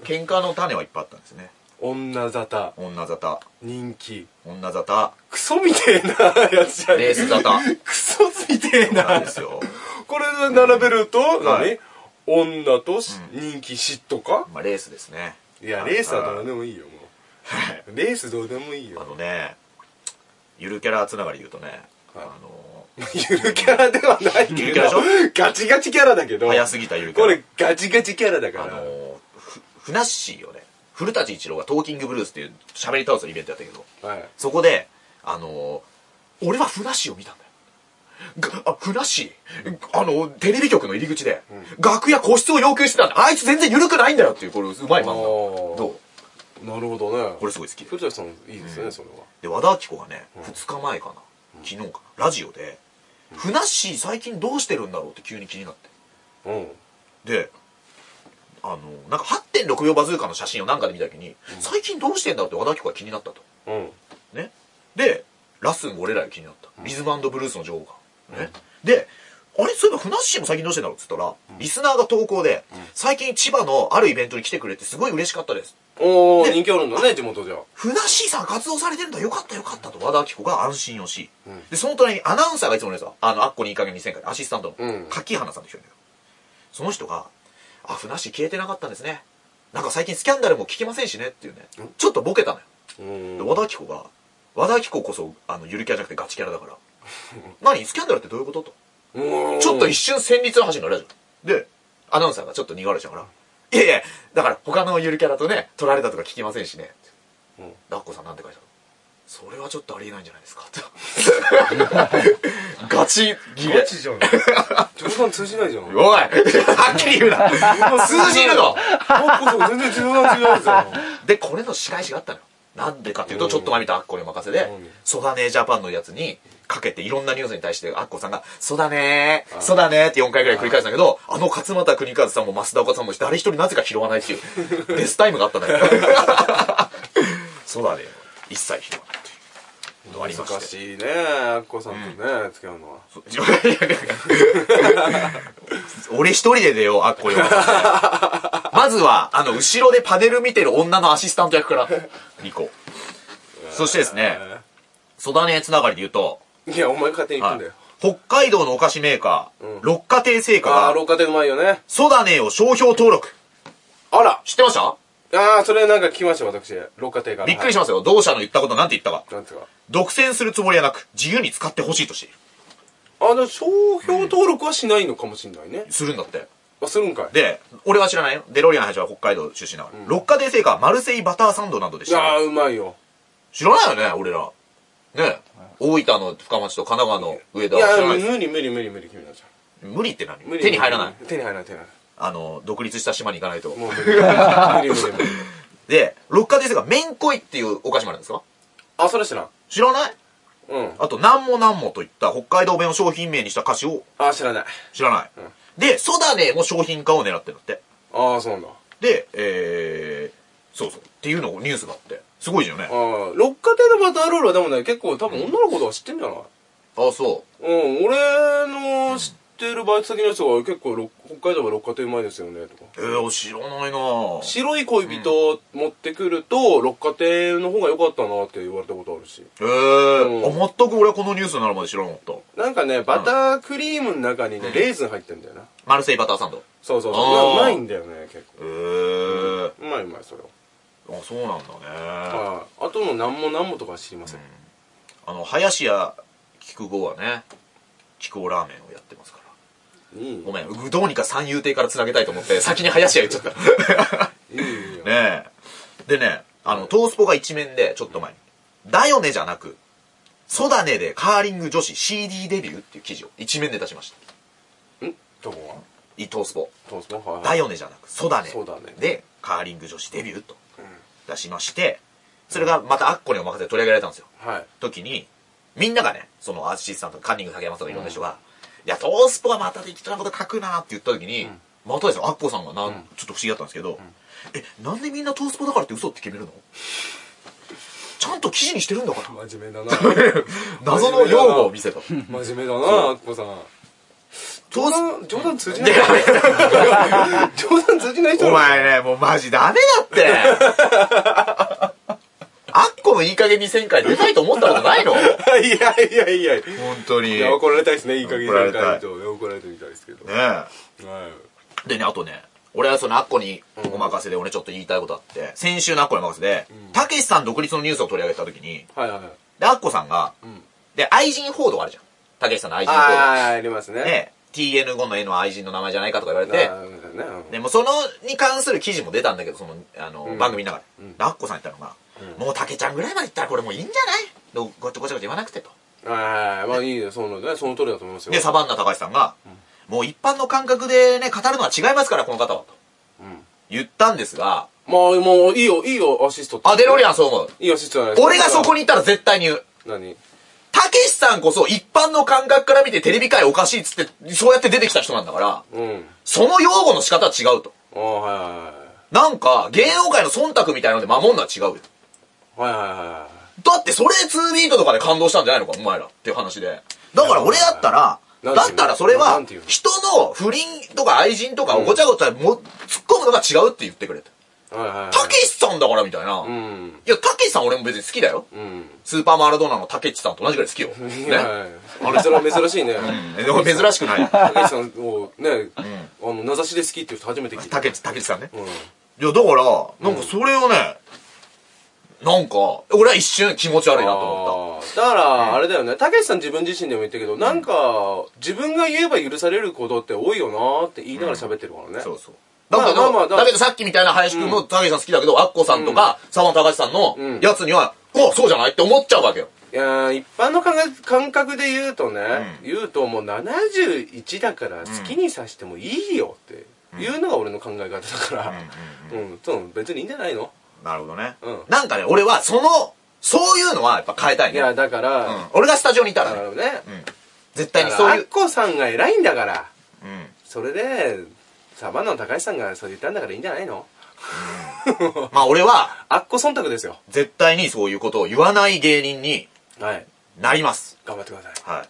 [SPEAKER 1] 喧嘩の種はいっぱいあったんですね。
[SPEAKER 2] 女沙汰、
[SPEAKER 1] 女沙汰、
[SPEAKER 2] 人気。
[SPEAKER 1] 女沙汰、
[SPEAKER 2] クソみてえなやつじゃん。
[SPEAKER 1] レース沙汰。
[SPEAKER 2] *laughs* クソみてえ
[SPEAKER 1] な
[SPEAKER 2] なん
[SPEAKER 1] で。すよ。
[SPEAKER 2] これ並べると、
[SPEAKER 1] はい
[SPEAKER 2] 何女とし人気嫉妬か、
[SPEAKER 1] まあ、レースですね。
[SPEAKER 2] いや、レースはどうでもいいよ、もう。レースどうでもいい
[SPEAKER 1] あ
[SPEAKER 2] よ。
[SPEAKER 1] のね、ゆるキャラつながりで言うとね、
[SPEAKER 2] はい
[SPEAKER 1] あの、
[SPEAKER 2] ゆるキャラではないけど。
[SPEAKER 1] ゆるキャラでしょ
[SPEAKER 2] ガチガチキャラだけど。
[SPEAKER 1] 早すぎたゆるキャ
[SPEAKER 2] こ
[SPEAKER 1] ラ
[SPEAKER 2] れガチガチキャラだか
[SPEAKER 1] あ
[SPEAKER 2] ら。
[SPEAKER 1] の、ふ、ふなっしーをね、古舘一郎がトーキングブルースっていう喋り倒すイベントやったけど、
[SPEAKER 2] はい。
[SPEAKER 1] そこで、あのー俺はふなっしーを見たんだよ。があ、ふなっしー、あの、テレビ局の入り口で、楽屋個室を要求してたんだ。あいつ全然緩くないんだよっていう、これ、うまい漫画。
[SPEAKER 2] あー
[SPEAKER 1] ど
[SPEAKER 2] なるほどね。
[SPEAKER 1] うこれすごい好きで。
[SPEAKER 2] 古田さん、いいですね、それは。
[SPEAKER 1] で、和田アキ子がね、2日前かな、昨日かな、ラジオで、ふなっしー最近どうしてるんだろうって急に気になって。
[SPEAKER 2] うん。
[SPEAKER 1] で、あの、なんか8.6秒バズーカの写真をなんかで見たときに、最近どうしてんだろうって和田アキ子が気になったと。
[SPEAKER 2] うん。
[SPEAKER 1] ね。で、ラスン俺らが気になった。リズムブルースの女王が。ね。で、あれそういえば、ふなっしーも最近どうしてんだろうって言ったら、リスナーが投稿で、最近千葉のあるイベントに来てくれてすごい嬉しかったです。
[SPEAKER 2] おー、
[SPEAKER 1] で
[SPEAKER 2] 人気あるんだね、地元じゃ。
[SPEAKER 1] ふなっしーさん活動されてるんだ。よかったよかったと和田アキ子が安心をし、
[SPEAKER 2] ん
[SPEAKER 1] で、その隣にアナウンサーがいつものやつだあの、あっこにいい加減にせんから、アシスタント
[SPEAKER 2] う
[SPEAKER 1] の
[SPEAKER 2] ん、
[SPEAKER 1] 柿花さんと一緒にいるその人が、あ、ふなっしー消えてなかったんですね。なんか最近スキャンダルも聞きませんしねっていうね。ちょっとボケたのよ。
[SPEAKER 2] うん
[SPEAKER 1] で和田アキ子が和田アキ子こそあのゆるキャラじゃなくてガチキャラだ *laughs* から何スキャンダルってどういうことと
[SPEAKER 2] うん
[SPEAKER 1] ちょっと一瞬戦慄の橋に乗るじゃんでアナウンサーがちょっと苦笑いしたから「いやいやだから他のゆるキャラとね取られたとか聞きませんしね」
[SPEAKER 2] うん
[SPEAKER 1] ダッコさんなんて書いてあるそれはちょっとありえないんじゃないですかって。 *laughs* ガチギ
[SPEAKER 2] ガ
[SPEAKER 1] レ。
[SPEAKER 2] チじゃん。冗談 *laughs* 通じないじゃん。もう
[SPEAKER 1] おいはっきり言うな数字いるの
[SPEAKER 2] こそ全然冗談通じないじゃん。
[SPEAKER 1] で、これの仕返しがあったのよ。なんでかっていうと、ちょっと前見たアッコに任せで
[SPEAKER 2] うん、
[SPEAKER 1] ソダネージャパンのやつにかけて、いろんなニュースに対してアッコさんが、ソダネー、ソダネーって4回ぐらい繰り返したんだけど、あの勝俣国和さんも増田岡さんも誰一人なぜか拾わないっていう、ベストタイムがあったんだけど。ソダネー、一切拾わないっていう。のありまして
[SPEAKER 2] 難しいねアッコさんとね付き合うのは
[SPEAKER 1] そう自分 *laughs* 俺一人で出よう、アッコよ。まずは、あの、後ろでパネル見てる女のアシスタント役から、行こう。そしてですね、ソダネつながりで言うと、
[SPEAKER 2] いやお前勝手に行くんだよ
[SPEAKER 1] 北海道のお菓子メーカー、
[SPEAKER 2] うん
[SPEAKER 1] 六花亭製菓
[SPEAKER 2] ああ
[SPEAKER 1] が、
[SPEAKER 2] 廊下でうまいよね
[SPEAKER 1] ソダネを商標登録。
[SPEAKER 2] あら
[SPEAKER 1] 知ってました
[SPEAKER 2] ああそれなんか聞きました私廊下亭から
[SPEAKER 1] びっくりし
[SPEAKER 2] ま
[SPEAKER 1] ますよ。同社の言ったことなんて言ったか。
[SPEAKER 2] なんですか
[SPEAKER 1] 独占するつもりはなく、自由に使ってほしいとしている。
[SPEAKER 2] あの商標登録はしないのかもしんないね
[SPEAKER 1] するんだって。
[SPEAKER 2] あするんかい
[SPEAKER 1] で、俺は知らないよ。デロリアン配信は北海道出身だから。六花亭製菓はマルセイバターサンドなどで知らない
[SPEAKER 2] ああうまいよ
[SPEAKER 1] 知らないよね、俺ら。ね大分の深町と神奈川の上
[SPEAKER 2] い
[SPEAKER 1] 田は知
[SPEAKER 2] や
[SPEAKER 1] らないです
[SPEAKER 2] 無理無理無理無理君らちゃ
[SPEAKER 1] 無理って何
[SPEAKER 2] ん無理
[SPEAKER 1] 手に入らない。
[SPEAKER 2] 手に入らない手に入
[SPEAKER 1] あの、独立した島に行かないと。
[SPEAKER 2] らな
[SPEAKER 1] *laughs*
[SPEAKER 2] いもう無理無理無理無理
[SPEAKER 1] で、六花亭ですが、めんこいっていうお菓子もあるんですか
[SPEAKER 2] あそれ知らん
[SPEAKER 1] 知らない
[SPEAKER 2] うん
[SPEAKER 1] あと、なんもなんもといった北海道弁を商品名にした菓子を
[SPEAKER 2] あ知らない
[SPEAKER 1] 知らない。で、ソダネも商品化を狙ってるんだって。
[SPEAKER 2] ああそうなんだ
[SPEAKER 1] で、えー、そうそう。っていうのをニュースがあって。すごいじゃんね
[SPEAKER 2] あ。あ六花亭のバターロールはでもね結構多分女の子とか知ってんじゃない
[SPEAKER 1] あ、そ
[SPEAKER 2] うん、俺の知ってるバイト先の人が結構ろ北海道は六花亭うまいですよねとか
[SPEAKER 1] う。えー、知らないなぁ。
[SPEAKER 2] 白い恋人持ってくると、六花亭の方が良かったなって言われたことあるし
[SPEAKER 1] えー、
[SPEAKER 2] うん
[SPEAKER 1] あ、全く俺はこのニュースになるまで知らなかった。
[SPEAKER 2] なんかねバタークリームの中にね、レーズン入ってんだよな
[SPEAKER 1] マルセイバターサンド。
[SPEAKER 2] そうそう
[SPEAKER 1] あー
[SPEAKER 2] そううまいんだよね結
[SPEAKER 1] へー
[SPEAKER 2] 構うまいうまいそれは
[SPEAKER 1] あそうなんだね
[SPEAKER 2] ああとの何も何もとかは知りません、
[SPEAKER 1] あの林家菊子はね菊子ラーメンをやってますから
[SPEAKER 2] いい
[SPEAKER 1] ごめんうどうにか三遊亭からつなげたいと思って先に林家言っ
[SPEAKER 2] *laughs*
[SPEAKER 1] ちゃっ
[SPEAKER 2] いいよ、
[SPEAKER 1] たねえでねあのトースポが一面でちょっと前に「だよね」じゃなく「そだね」でカーリング女子 CD デビューっていう記事を一面で出しました
[SPEAKER 2] んどこ
[SPEAKER 1] 伊藤スポ。
[SPEAKER 2] そうですね、はいはい。
[SPEAKER 1] だよねじゃなく、ソダネ。
[SPEAKER 2] そうだね
[SPEAKER 1] で、カーリング女子デビューと出しまして、それがまたアッコにお任せで取り上げられたんですよ。
[SPEAKER 2] はい。
[SPEAKER 1] 時に、みんながね、そのアシスタント、カンニング竹山とかいろんな人が、いや、トースポはまた適当なこと書くなって言った時に、またですよ、アッコさんがな、ちょっと不思議だったんですけど、え、なんでみんなトースポだからって嘘って決めるのちゃんと記事にしてるんだから。
[SPEAKER 2] 真面目だ *laughs* な。
[SPEAKER 1] 謎の用語を見せ *laughs* た。
[SPEAKER 2] 真面目だな、アッコさん。
[SPEAKER 1] ト
[SPEAKER 2] 冗
[SPEAKER 1] ース
[SPEAKER 2] 談、冗談通じない。冗談通じない人
[SPEAKER 1] お前ね、もうマジダメだって。あっこのいい加減に1000回出たいと思ったことないの本
[SPEAKER 2] いやいやいやいや。
[SPEAKER 1] 当に。
[SPEAKER 2] い
[SPEAKER 1] ね
[SPEAKER 2] や、怒られたいですね、いい加減
[SPEAKER 1] 怒られ
[SPEAKER 2] に
[SPEAKER 1] たい
[SPEAKER 2] 回と。怒られてみたいですけど。はい。
[SPEAKER 1] え。でね、あとね、俺はそのアッコにお任せで俺ちょっと言いたいことあって、先週のアッコにお任せで、たけしさん独立のニュースを取り上げた時に、
[SPEAKER 2] はいはいはい。
[SPEAKER 1] で、アッコさんが、
[SPEAKER 2] ん
[SPEAKER 1] で、愛人報道あるじゃん。たけしさんの愛人報
[SPEAKER 2] ああ、ありますね。
[SPEAKER 1] 道。ね、TN5 の N は愛人の名前じゃないかとか言われて、
[SPEAKER 2] あーなんかねうん
[SPEAKER 1] でもそのに関する記事も出たんだけど、その、あの、番組の中で。でアッコさん言ったのが、もう竹ちゃんぐらいまで言ったらこれもういいんじゃないごごちゃごちゃごちゃ言わなくてと。
[SPEAKER 2] はい、まあいいね、そのね、その通りだと思いますよ。
[SPEAKER 1] で、サバンナ高橋さんが、もう一般の感覚でね、語るのは違いますから、この方は、と
[SPEAKER 2] うん。
[SPEAKER 1] 言ったんですが、
[SPEAKER 2] まあ、もういいよ、いいよ、アシストって
[SPEAKER 1] あ、デロリアンそう思う。
[SPEAKER 2] いいアシストじゃないですか
[SPEAKER 1] 俺がそこに行ったら絶対に言う。
[SPEAKER 2] 何
[SPEAKER 1] たけしさんこそ一般の感覚から見てテレビ界おかしいっつって、そうやって出てきた人なんだから、
[SPEAKER 2] うん。
[SPEAKER 1] その用語の仕方は違うと。
[SPEAKER 2] ああ、は
[SPEAKER 1] なんか、芸能界の忖度みたいなので守るのは違うよ。
[SPEAKER 2] いはいはい。はいはいは
[SPEAKER 1] だってそれで2ビートとかで感動したんじゃないのか、お前らっていう話で。だから俺だったら、
[SPEAKER 2] なんて
[SPEAKER 1] だ
[SPEAKER 2] いうの
[SPEAKER 1] ったらそれ
[SPEAKER 2] な
[SPEAKER 1] は
[SPEAKER 2] んていう、の
[SPEAKER 1] 人の不倫とか愛人とかをごちゃごちゃも突っ込むのが違うって言ってくれて。
[SPEAKER 2] い。はいはいはい。
[SPEAKER 1] たけしさんだからみたいな。
[SPEAKER 2] う
[SPEAKER 1] い
[SPEAKER 2] ん。
[SPEAKER 1] や、たけしさん俺も別に好きだよ。
[SPEAKER 2] うん。
[SPEAKER 1] スーパーマラドーナのたけちさんと同じぐらい好きよ。
[SPEAKER 2] *laughs* い
[SPEAKER 1] ね。
[SPEAKER 2] やあれ、それは珍しい
[SPEAKER 1] *laughs*
[SPEAKER 2] ね。
[SPEAKER 1] えでも珍しくない。
[SPEAKER 2] 竹内さんをね、あの、名指しで好きっていう人初めて聞いた。
[SPEAKER 1] たけち、たけちさんね。
[SPEAKER 2] うん。
[SPEAKER 1] いや、だから、なんかそれをね、なんか、俺は一瞬気持ち悪いなと思っ
[SPEAKER 2] あーだから、あれだよね。たけしさん自分自身でも言ったけど、なんか、自分が言えば許されることって多いよなーって言いながら喋ってるからね。
[SPEAKER 1] た。そうそう。だけど、
[SPEAKER 2] まあまあまあだ
[SPEAKER 1] だけどさっきみたいな林くんもたけちさん好きだけど、アッコさんとか、沢田高橋さんの
[SPEAKER 2] うん
[SPEAKER 1] やつには、おそうじゃないって思っちゃうわけよ。
[SPEAKER 2] いやー一般の感覚感覚で言うとね、言うともう71だから好きにさしてもいいよっていうのが俺の考え方だから、うんそう別にいいんじゃないの
[SPEAKER 1] なるほどね
[SPEAKER 2] うん
[SPEAKER 1] なんかね、俺はその、そういうのはやっぱ変えたい
[SPEAKER 2] い
[SPEAKER 1] ね。
[SPEAKER 2] やだから、
[SPEAKER 1] うん俺がスタジオにいた
[SPEAKER 2] だから
[SPEAKER 1] ね、
[SPEAKER 2] ね、
[SPEAKER 1] 絶
[SPEAKER 2] だ
[SPEAKER 1] 対
[SPEAKER 2] か
[SPEAKER 1] に
[SPEAKER 2] ら
[SPEAKER 1] そう
[SPEAKER 2] ア
[SPEAKER 1] いう
[SPEAKER 2] ッ。コさんが偉いんだから
[SPEAKER 1] うん
[SPEAKER 2] それでサバンナの高橋さんがそう言ったんだからいいんじゃないの
[SPEAKER 1] まあ俺は、
[SPEAKER 2] アッコ忖度ですよ
[SPEAKER 1] 絶対にそういうことを言わない芸人に
[SPEAKER 2] はい
[SPEAKER 1] なります。
[SPEAKER 2] 頑張ってください
[SPEAKER 1] はい。
[SPEAKER 2] はい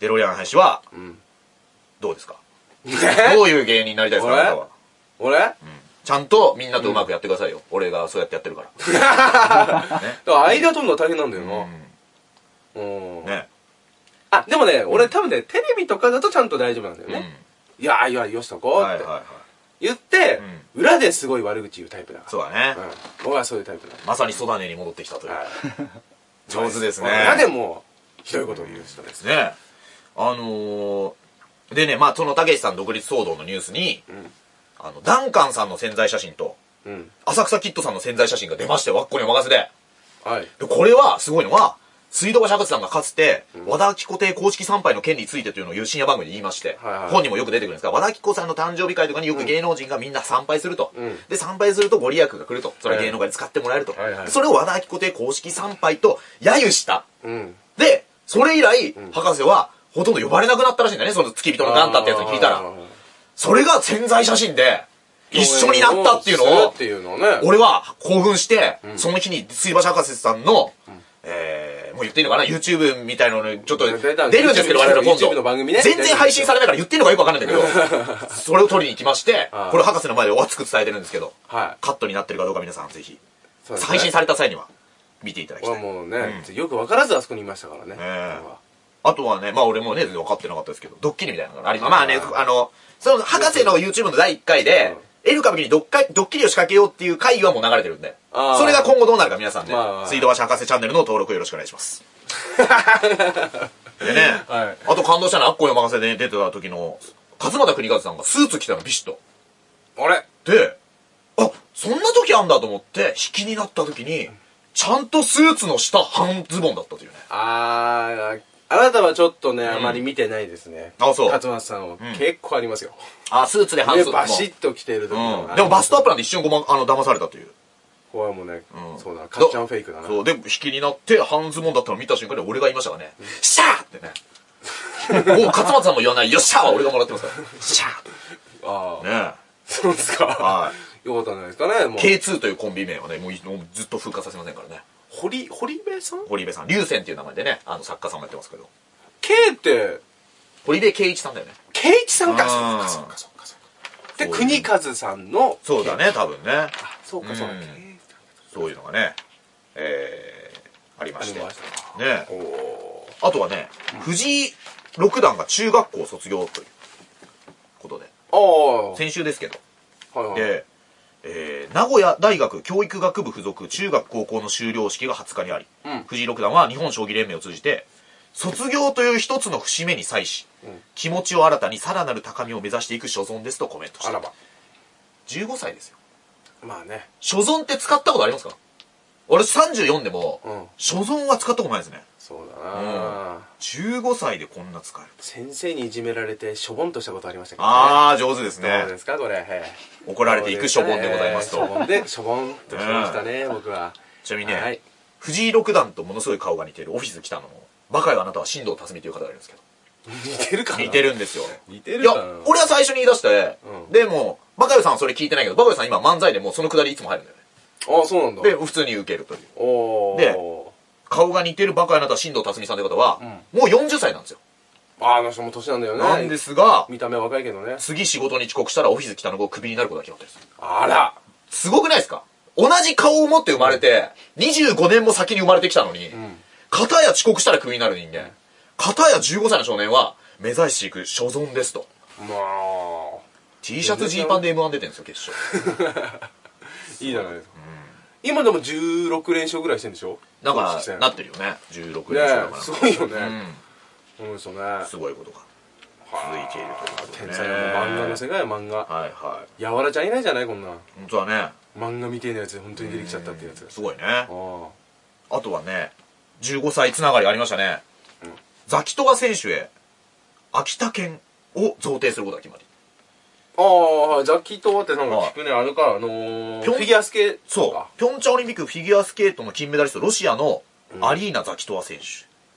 [SPEAKER 1] デロリアン林は、 *laughs*
[SPEAKER 2] うん
[SPEAKER 1] どうですか
[SPEAKER 2] ね
[SPEAKER 1] どういう芸人になりたいですかあなたは。
[SPEAKER 2] *laughs* 俺、だか
[SPEAKER 1] ちゃんとみんなとうまくやってくださいよ。俺がそうやってやってるから。
[SPEAKER 2] ら間取るのは大変なんだよな、
[SPEAKER 1] う
[SPEAKER 2] う
[SPEAKER 1] ん。
[SPEAKER 2] ん
[SPEAKER 1] ね。
[SPEAKER 2] あでもね俺多分ねテレビとかだとちゃんと大丈夫なんだよ
[SPEAKER 1] うん
[SPEAKER 2] ね、。いやいやよしとこう
[SPEAKER 1] はいは
[SPEAKER 2] っ
[SPEAKER 1] い
[SPEAKER 2] て
[SPEAKER 1] はい。
[SPEAKER 2] 言って、裏ですごい悪口言うタイプだから
[SPEAKER 1] そうだね。
[SPEAKER 2] うん、俺はそういうタイプだ
[SPEAKER 1] まさにソダネに戻ってきたという。
[SPEAKER 2] はい
[SPEAKER 1] 上手ですね。
[SPEAKER 2] 裏でもひどいことを言う人ですね
[SPEAKER 1] ね。あのー、でね、まあそのたけしさん独立騒動のニュースに、あの、ダンカンさんの潜在写真と、
[SPEAKER 2] うん
[SPEAKER 1] 浅草キッドさんの潜在写真が出まして、わっこにお任せで。
[SPEAKER 2] はい
[SPEAKER 1] でこれは、すごいのは、水道橋博士さんがかつて、和田貴子亭公式参拝の件についてというのを有深夜番組で言いまして、
[SPEAKER 2] はいはい
[SPEAKER 1] 本にもよく出てくるんですが、和田貴子さんの誕生日会とかによく芸能人がみんな参拝すると。
[SPEAKER 2] うん
[SPEAKER 1] で、参拝するとご利益が来ると。それは芸能界で使ってもらえると。
[SPEAKER 2] はいはい
[SPEAKER 1] それを和田貴子亭公式参拝と揶揄した。
[SPEAKER 2] うん
[SPEAKER 1] で、それ以来、博士はほとんど呼ばれなくなったらしいんだね、その付き人のガンタってやつに聞いた
[SPEAKER 2] あ
[SPEAKER 1] ら。
[SPEAKER 2] ー
[SPEAKER 1] それが潜在写真で、一緒になったっていうの
[SPEAKER 2] そう
[SPEAKER 1] を
[SPEAKER 2] するっ、ていうのをね
[SPEAKER 1] 俺は興奮して、その日に水橋博士さんの、えー、もう言っていいのかな ?YouTube みたいなのにちょっと
[SPEAKER 2] 出た
[SPEAKER 1] 出るんですけど、
[SPEAKER 2] YouTube
[SPEAKER 1] 我々今
[SPEAKER 2] YouTube の番
[SPEAKER 1] 度。
[SPEAKER 2] 組ね
[SPEAKER 1] 全然配信されないから言っていいのかよくわかんないんだけど、それを取りに行きまして
[SPEAKER 2] あ、ー
[SPEAKER 1] これ博士の前でお熱く伝えてるんですけど、
[SPEAKER 2] はい
[SPEAKER 1] カットになってるかどうか皆さんぜひ、
[SPEAKER 2] そうですね
[SPEAKER 1] 配信された際には見ていただき
[SPEAKER 2] 俺
[SPEAKER 1] た。
[SPEAKER 2] はいもうね、よく分からずあそこにいましたからね、
[SPEAKER 1] え
[SPEAKER 2] 僕は
[SPEAKER 1] あとはね、まあ俺もね、全然分かってなかったですけど、ドッキリみたいなのがありままあね
[SPEAKER 2] あ、ー
[SPEAKER 1] あの、その博士の YouTube の第1回で、エル歌舞伎にドッカイドッキリを仕掛けようっていう会議はもう流れてるんで、
[SPEAKER 2] あー
[SPEAKER 1] それが今後どうなるか皆さんね
[SPEAKER 2] まあまあ、
[SPEAKER 1] 水道橋博士チャンネルの登録よろしくお願いし *laughs* ます。でね、
[SPEAKER 2] はい
[SPEAKER 1] あと感動したのは、アッコにお任せで出てた時の、勝俣国和さんがスーツ着たの、ビシッと。
[SPEAKER 2] あれ
[SPEAKER 1] で、あ、そんな時あんだと思って、引きになった時に、ちゃんとスーツの下半ズボンだったというね。
[SPEAKER 2] あーあなたはちょっとね、あまり見てないですね。
[SPEAKER 1] あそう
[SPEAKER 2] 勝松さんを、結構ありますよ。
[SPEAKER 1] あ、スーツで半
[SPEAKER 2] ね、
[SPEAKER 1] 袖も
[SPEAKER 2] バシッと着てる時
[SPEAKER 1] う
[SPEAKER 2] も、
[SPEAKER 1] ん。でもバストアップなんで一瞬ごま、あの、騙されたという。
[SPEAKER 2] これはもうね、そうだ、
[SPEAKER 1] ど
[SPEAKER 2] かっちゃんフェイクだな。
[SPEAKER 1] そう、で、引きになって、半ズボンだったの見た瞬間に俺が言いましたからね、シャーって
[SPEAKER 2] *laughs*
[SPEAKER 1] ね。もう勝俣さんも言わない、よっしゃーは俺がもらってますから。シャーって
[SPEAKER 2] ああ、
[SPEAKER 1] ね
[SPEAKER 2] そうですか。
[SPEAKER 1] は
[SPEAKER 2] よかったんじゃないですかね、もう。
[SPEAKER 1] K2 というコンビ名はね、もういもうずっと風化させませんからね。
[SPEAKER 2] 堀、堀部さん
[SPEAKER 1] 堀部さん、龍泉っていう名前でね、あの、作家さんもやってますけど。
[SPEAKER 2] ?K って、
[SPEAKER 1] 堀部圭一さんだよね。
[SPEAKER 2] 圭一さんか。そう
[SPEAKER 1] あー
[SPEAKER 2] か、そうか、そうか、そうか。で、
[SPEAKER 1] そういう
[SPEAKER 2] 国和さんの、
[SPEAKER 1] そうだね、多分ね。
[SPEAKER 2] あ、そうか、そうか
[SPEAKER 1] うん、
[SPEAKER 2] 圭一さん
[SPEAKER 1] そういうのがね、えー、ありま
[SPEAKER 2] あ
[SPEAKER 1] し
[SPEAKER 2] り
[SPEAKER 1] て。
[SPEAKER 2] ました。
[SPEAKER 1] ね
[SPEAKER 2] おお
[SPEAKER 1] あとはね、藤井六段が中学校を卒業ということで、
[SPEAKER 2] ー。
[SPEAKER 1] 先週ですけど、
[SPEAKER 2] ああ、はいはい。
[SPEAKER 1] で、えー名古屋大学教育学部附属中学高校の修了式が20日にあり、
[SPEAKER 2] うん
[SPEAKER 1] 藤井六段は日本将棋連盟を通じて、卒業という一つの節目に際し、
[SPEAKER 2] ん
[SPEAKER 1] 気持ちを新たにさらなる高みを目指していく所存ですとコメントし
[SPEAKER 2] あら
[SPEAKER 1] た。
[SPEAKER 2] ば。
[SPEAKER 1] 15歳ですよ。
[SPEAKER 2] まあね、
[SPEAKER 1] 所存って使ったことありますか俺34でも、
[SPEAKER 2] うん
[SPEAKER 1] 所存は使ったことないですね。
[SPEAKER 2] そうだな、
[SPEAKER 1] 15歳でこんな使える。
[SPEAKER 2] 先生にいじめられて、しょぼんとしたことありましたけど、ね。
[SPEAKER 1] あー、上手ですね
[SPEAKER 2] どう。ですか、これ。はい
[SPEAKER 1] 怒られていく所望でございます
[SPEAKER 2] しょ
[SPEAKER 1] と。
[SPEAKER 2] ぼんで、しょぼんとしましたね、僕は。
[SPEAKER 1] ちなみにね、
[SPEAKER 2] はい
[SPEAKER 1] 藤井六段とものすごい顔が似てるオフィス来たのも、バカよあなたは進藤辰巳という方がいるんですけど。
[SPEAKER 2] 似てるかな
[SPEAKER 1] 似てるんですよ。
[SPEAKER 2] 似て
[SPEAKER 1] い
[SPEAKER 2] る
[SPEAKER 1] や
[SPEAKER 2] かな、
[SPEAKER 1] 俺は最初に言い出して、
[SPEAKER 2] うん
[SPEAKER 1] でも、バカよさんはそれ聞いてないけど、バカよさん今漫才でもうそのくだりいつも入るんだよ
[SPEAKER 2] ああ、そうなんだ。
[SPEAKER 1] ね。で、普通に受けるという。
[SPEAKER 2] おー
[SPEAKER 1] で顔が似てるバカよあなたは進藤辰巳さんという方は、もう40歳なんですよ。
[SPEAKER 2] あの人も年なんだよね。
[SPEAKER 1] なんですが、
[SPEAKER 2] 見た目若いけどね。
[SPEAKER 1] 次仕事に遅刻したらオフィス来たのをクビになることが決まってるんですよ。
[SPEAKER 2] あら
[SPEAKER 1] すごくないですか同じ顔を持って生まれて、25年も先に生まれてきたのに、片や遅刻したらクビになる人間、片や15歳の少年は、目指していく所存ですと。
[SPEAKER 2] まあ、
[SPEAKER 1] T シャツジーパンで M1 出てるんですよ、決勝。
[SPEAKER 2] いいじゃないですか。今でも16連勝ぐらいしてんでしょ
[SPEAKER 1] なん
[SPEAKER 2] 公
[SPEAKER 1] か
[SPEAKER 2] 式戦、
[SPEAKER 1] なってるよね。16
[SPEAKER 2] ね
[SPEAKER 1] 年生だ
[SPEAKER 2] え
[SPEAKER 1] か
[SPEAKER 2] すごいよ
[SPEAKER 1] ら。う
[SPEAKER 2] ね。
[SPEAKER 1] ん。
[SPEAKER 2] そうですよね。
[SPEAKER 1] すごいことが続いているということで、ね。
[SPEAKER 2] 天才の漫画の世界は漫画。
[SPEAKER 1] はいはい。
[SPEAKER 2] やわらちゃんいないじゃないこんなん。
[SPEAKER 1] 本当はね、
[SPEAKER 2] 漫画みてえなやつで本当に出てきちゃったってやつが
[SPEAKER 1] すごいね
[SPEAKER 2] あ。あ
[SPEAKER 1] あとはね、15歳つながりありましたね。ザキトガ選手へ、秋田県を贈呈することが決まり。
[SPEAKER 2] ああジャッキーとってなんか聞くねあれかあのー
[SPEAKER 1] ぴ
[SPEAKER 2] フ
[SPEAKER 1] ょん
[SPEAKER 2] ィギュアスケ
[SPEAKER 1] そ
[SPEAKER 2] と
[SPEAKER 1] う
[SPEAKER 2] か。
[SPEAKER 1] ピョンチャンオリンピックフィギュアスケートの金メダリスト、ロシアのアリーナ・ザキトワ選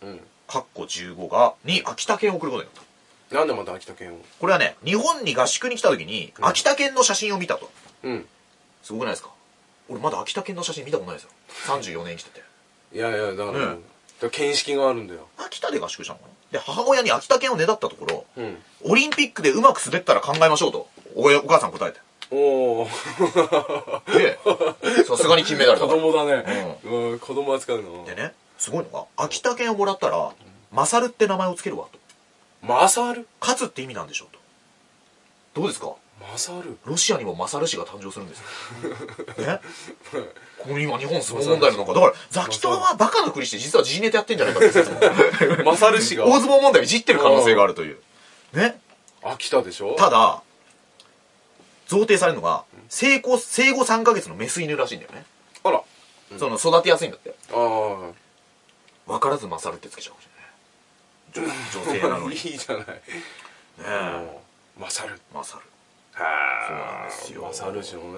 [SPEAKER 1] 手、
[SPEAKER 2] うん
[SPEAKER 1] カッコ15が、に秋田県を送ることになった。
[SPEAKER 2] なんでまた秋田県を
[SPEAKER 1] これはね、日本に合宿に来た時に、秋田県の写真を見たと。
[SPEAKER 2] うん
[SPEAKER 1] すごくないですか俺まだ秋田県の写真見たことないですよ。34年生きてて。
[SPEAKER 2] いやいやだからも
[SPEAKER 1] ね
[SPEAKER 2] う、だから見識があるんだよ
[SPEAKER 1] 秋田で合宿したのかなで、母親に秋田県をねだったところ、
[SPEAKER 2] うん
[SPEAKER 1] オリンピックでうまく滑ったら考えましょうと、おやお母さん答えて。
[SPEAKER 2] おお
[SPEAKER 1] *laughs* で、さすがに金メダル
[SPEAKER 2] 子
[SPEAKER 1] だから。
[SPEAKER 2] 供だね、うん子供扱うの
[SPEAKER 1] でね、すごいのが、秋田県をもらったら、マサルって名前をつけるわと。
[SPEAKER 2] マサル
[SPEAKER 1] 勝つって意味なんでしょうと。どうですか
[SPEAKER 2] マサル
[SPEAKER 1] ロシアにもマサル氏が誕生する *laughs* んですよ。ねこれ今日本相撲問題の中、だから、ザキトワはバカなふりして実はジーネタやってんじゃないかって説も
[SPEAKER 2] *laughs* マサル氏が
[SPEAKER 1] 大相撲問題をいじってる可能性があるという。ね。
[SPEAKER 2] 秋田でしょ
[SPEAKER 1] ただ、贈呈されるのが、生後、生後3ヶ月のメス犬らしいんだよね。
[SPEAKER 2] あらあ
[SPEAKER 1] その育てやすいんだって。
[SPEAKER 2] あ
[SPEAKER 1] 分からずマサルってつけちゃうかもしれない。女女性なの
[SPEAKER 2] い
[SPEAKER 1] *laughs* に
[SPEAKER 2] い。じゃない、
[SPEAKER 1] ね
[SPEAKER 2] うんマサル
[SPEAKER 1] マサル。
[SPEAKER 2] はあ
[SPEAKER 1] そうなん
[SPEAKER 2] マ
[SPEAKER 1] です
[SPEAKER 2] サ
[SPEAKER 1] よ
[SPEAKER 2] ル氏のね、
[SPEAKER 1] うん。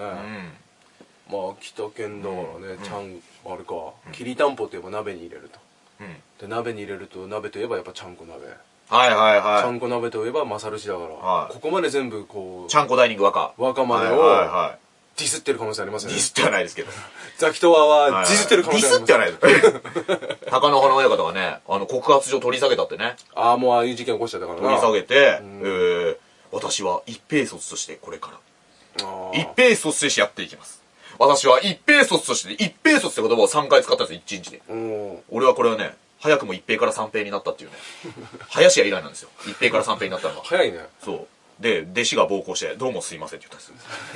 [SPEAKER 2] まあ秋田県だからね、ちゃんあれかきりたんぽといえば鍋に入れると
[SPEAKER 1] うん。
[SPEAKER 2] で鍋に入れると鍋といえばやっぱちゃんこ鍋、
[SPEAKER 1] はいはい
[SPEAKER 2] ちゃ
[SPEAKER 1] は
[SPEAKER 2] んこ鍋といえばマサル氏だから、
[SPEAKER 1] はい
[SPEAKER 2] ここまで全部こ
[SPEAKER 1] い。
[SPEAKER 2] う
[SPEAKER 1] ちゃんこダイニング若。
[SPEAKER 2] 若
[SPEAKER 1] は
[SPEAKER 2] ま
[SPEAKER 1] い
[SPEAKER 2] で
[SPEAKER 1] はい
[SPEAKER 2] を
[SPEAKER 1] はい。
[SPEAKER 2] ディスってる可能性ありますよ
[SPEAKER 1] ディ
[SPEAKER 2] ね、
[SPEAKER 1] スってはないですけど。
[SPEAKER 2] ザキトワはディスってる可能性あ
[SPEAKER 1] ディ
[SPEAKER 2] り
[SPEAKER 1] スっ
[SPEAKER 2] ま
[SPEAKER 1] て
[SPEAKER 2] す
[SPEAKER 1] はないです。
[SPEAKER 2] *laughs*
[SPEAKER 1] 高野花親方がね、あの、告発状取り下げたってね、
[SPEAKER 2] ああもうああいう事件起こしちゃったからな
[SPEAKER 1] 取り下げて、えー私は一平卒としてこれから、
[SPEAKER 2] ああ
[SPEAKER 1] 一平卒としてやっていきます。私は一平卒として、一平卒って言葉を3回使ったんですよ、1日で。
[SPEAKER 2] うん
[SPEAKER 1] 俺はこれはね、早くも一平から三平になった
[SPEAKER 2] *laughs*
[SPEAKER 1] っていうね、林家以来なんですよ。一平から三平になったのは。
[SPEAKER 2] 早いね
[SPEAKER 1] そう。で、弟子が暴行して、どうもすいませんって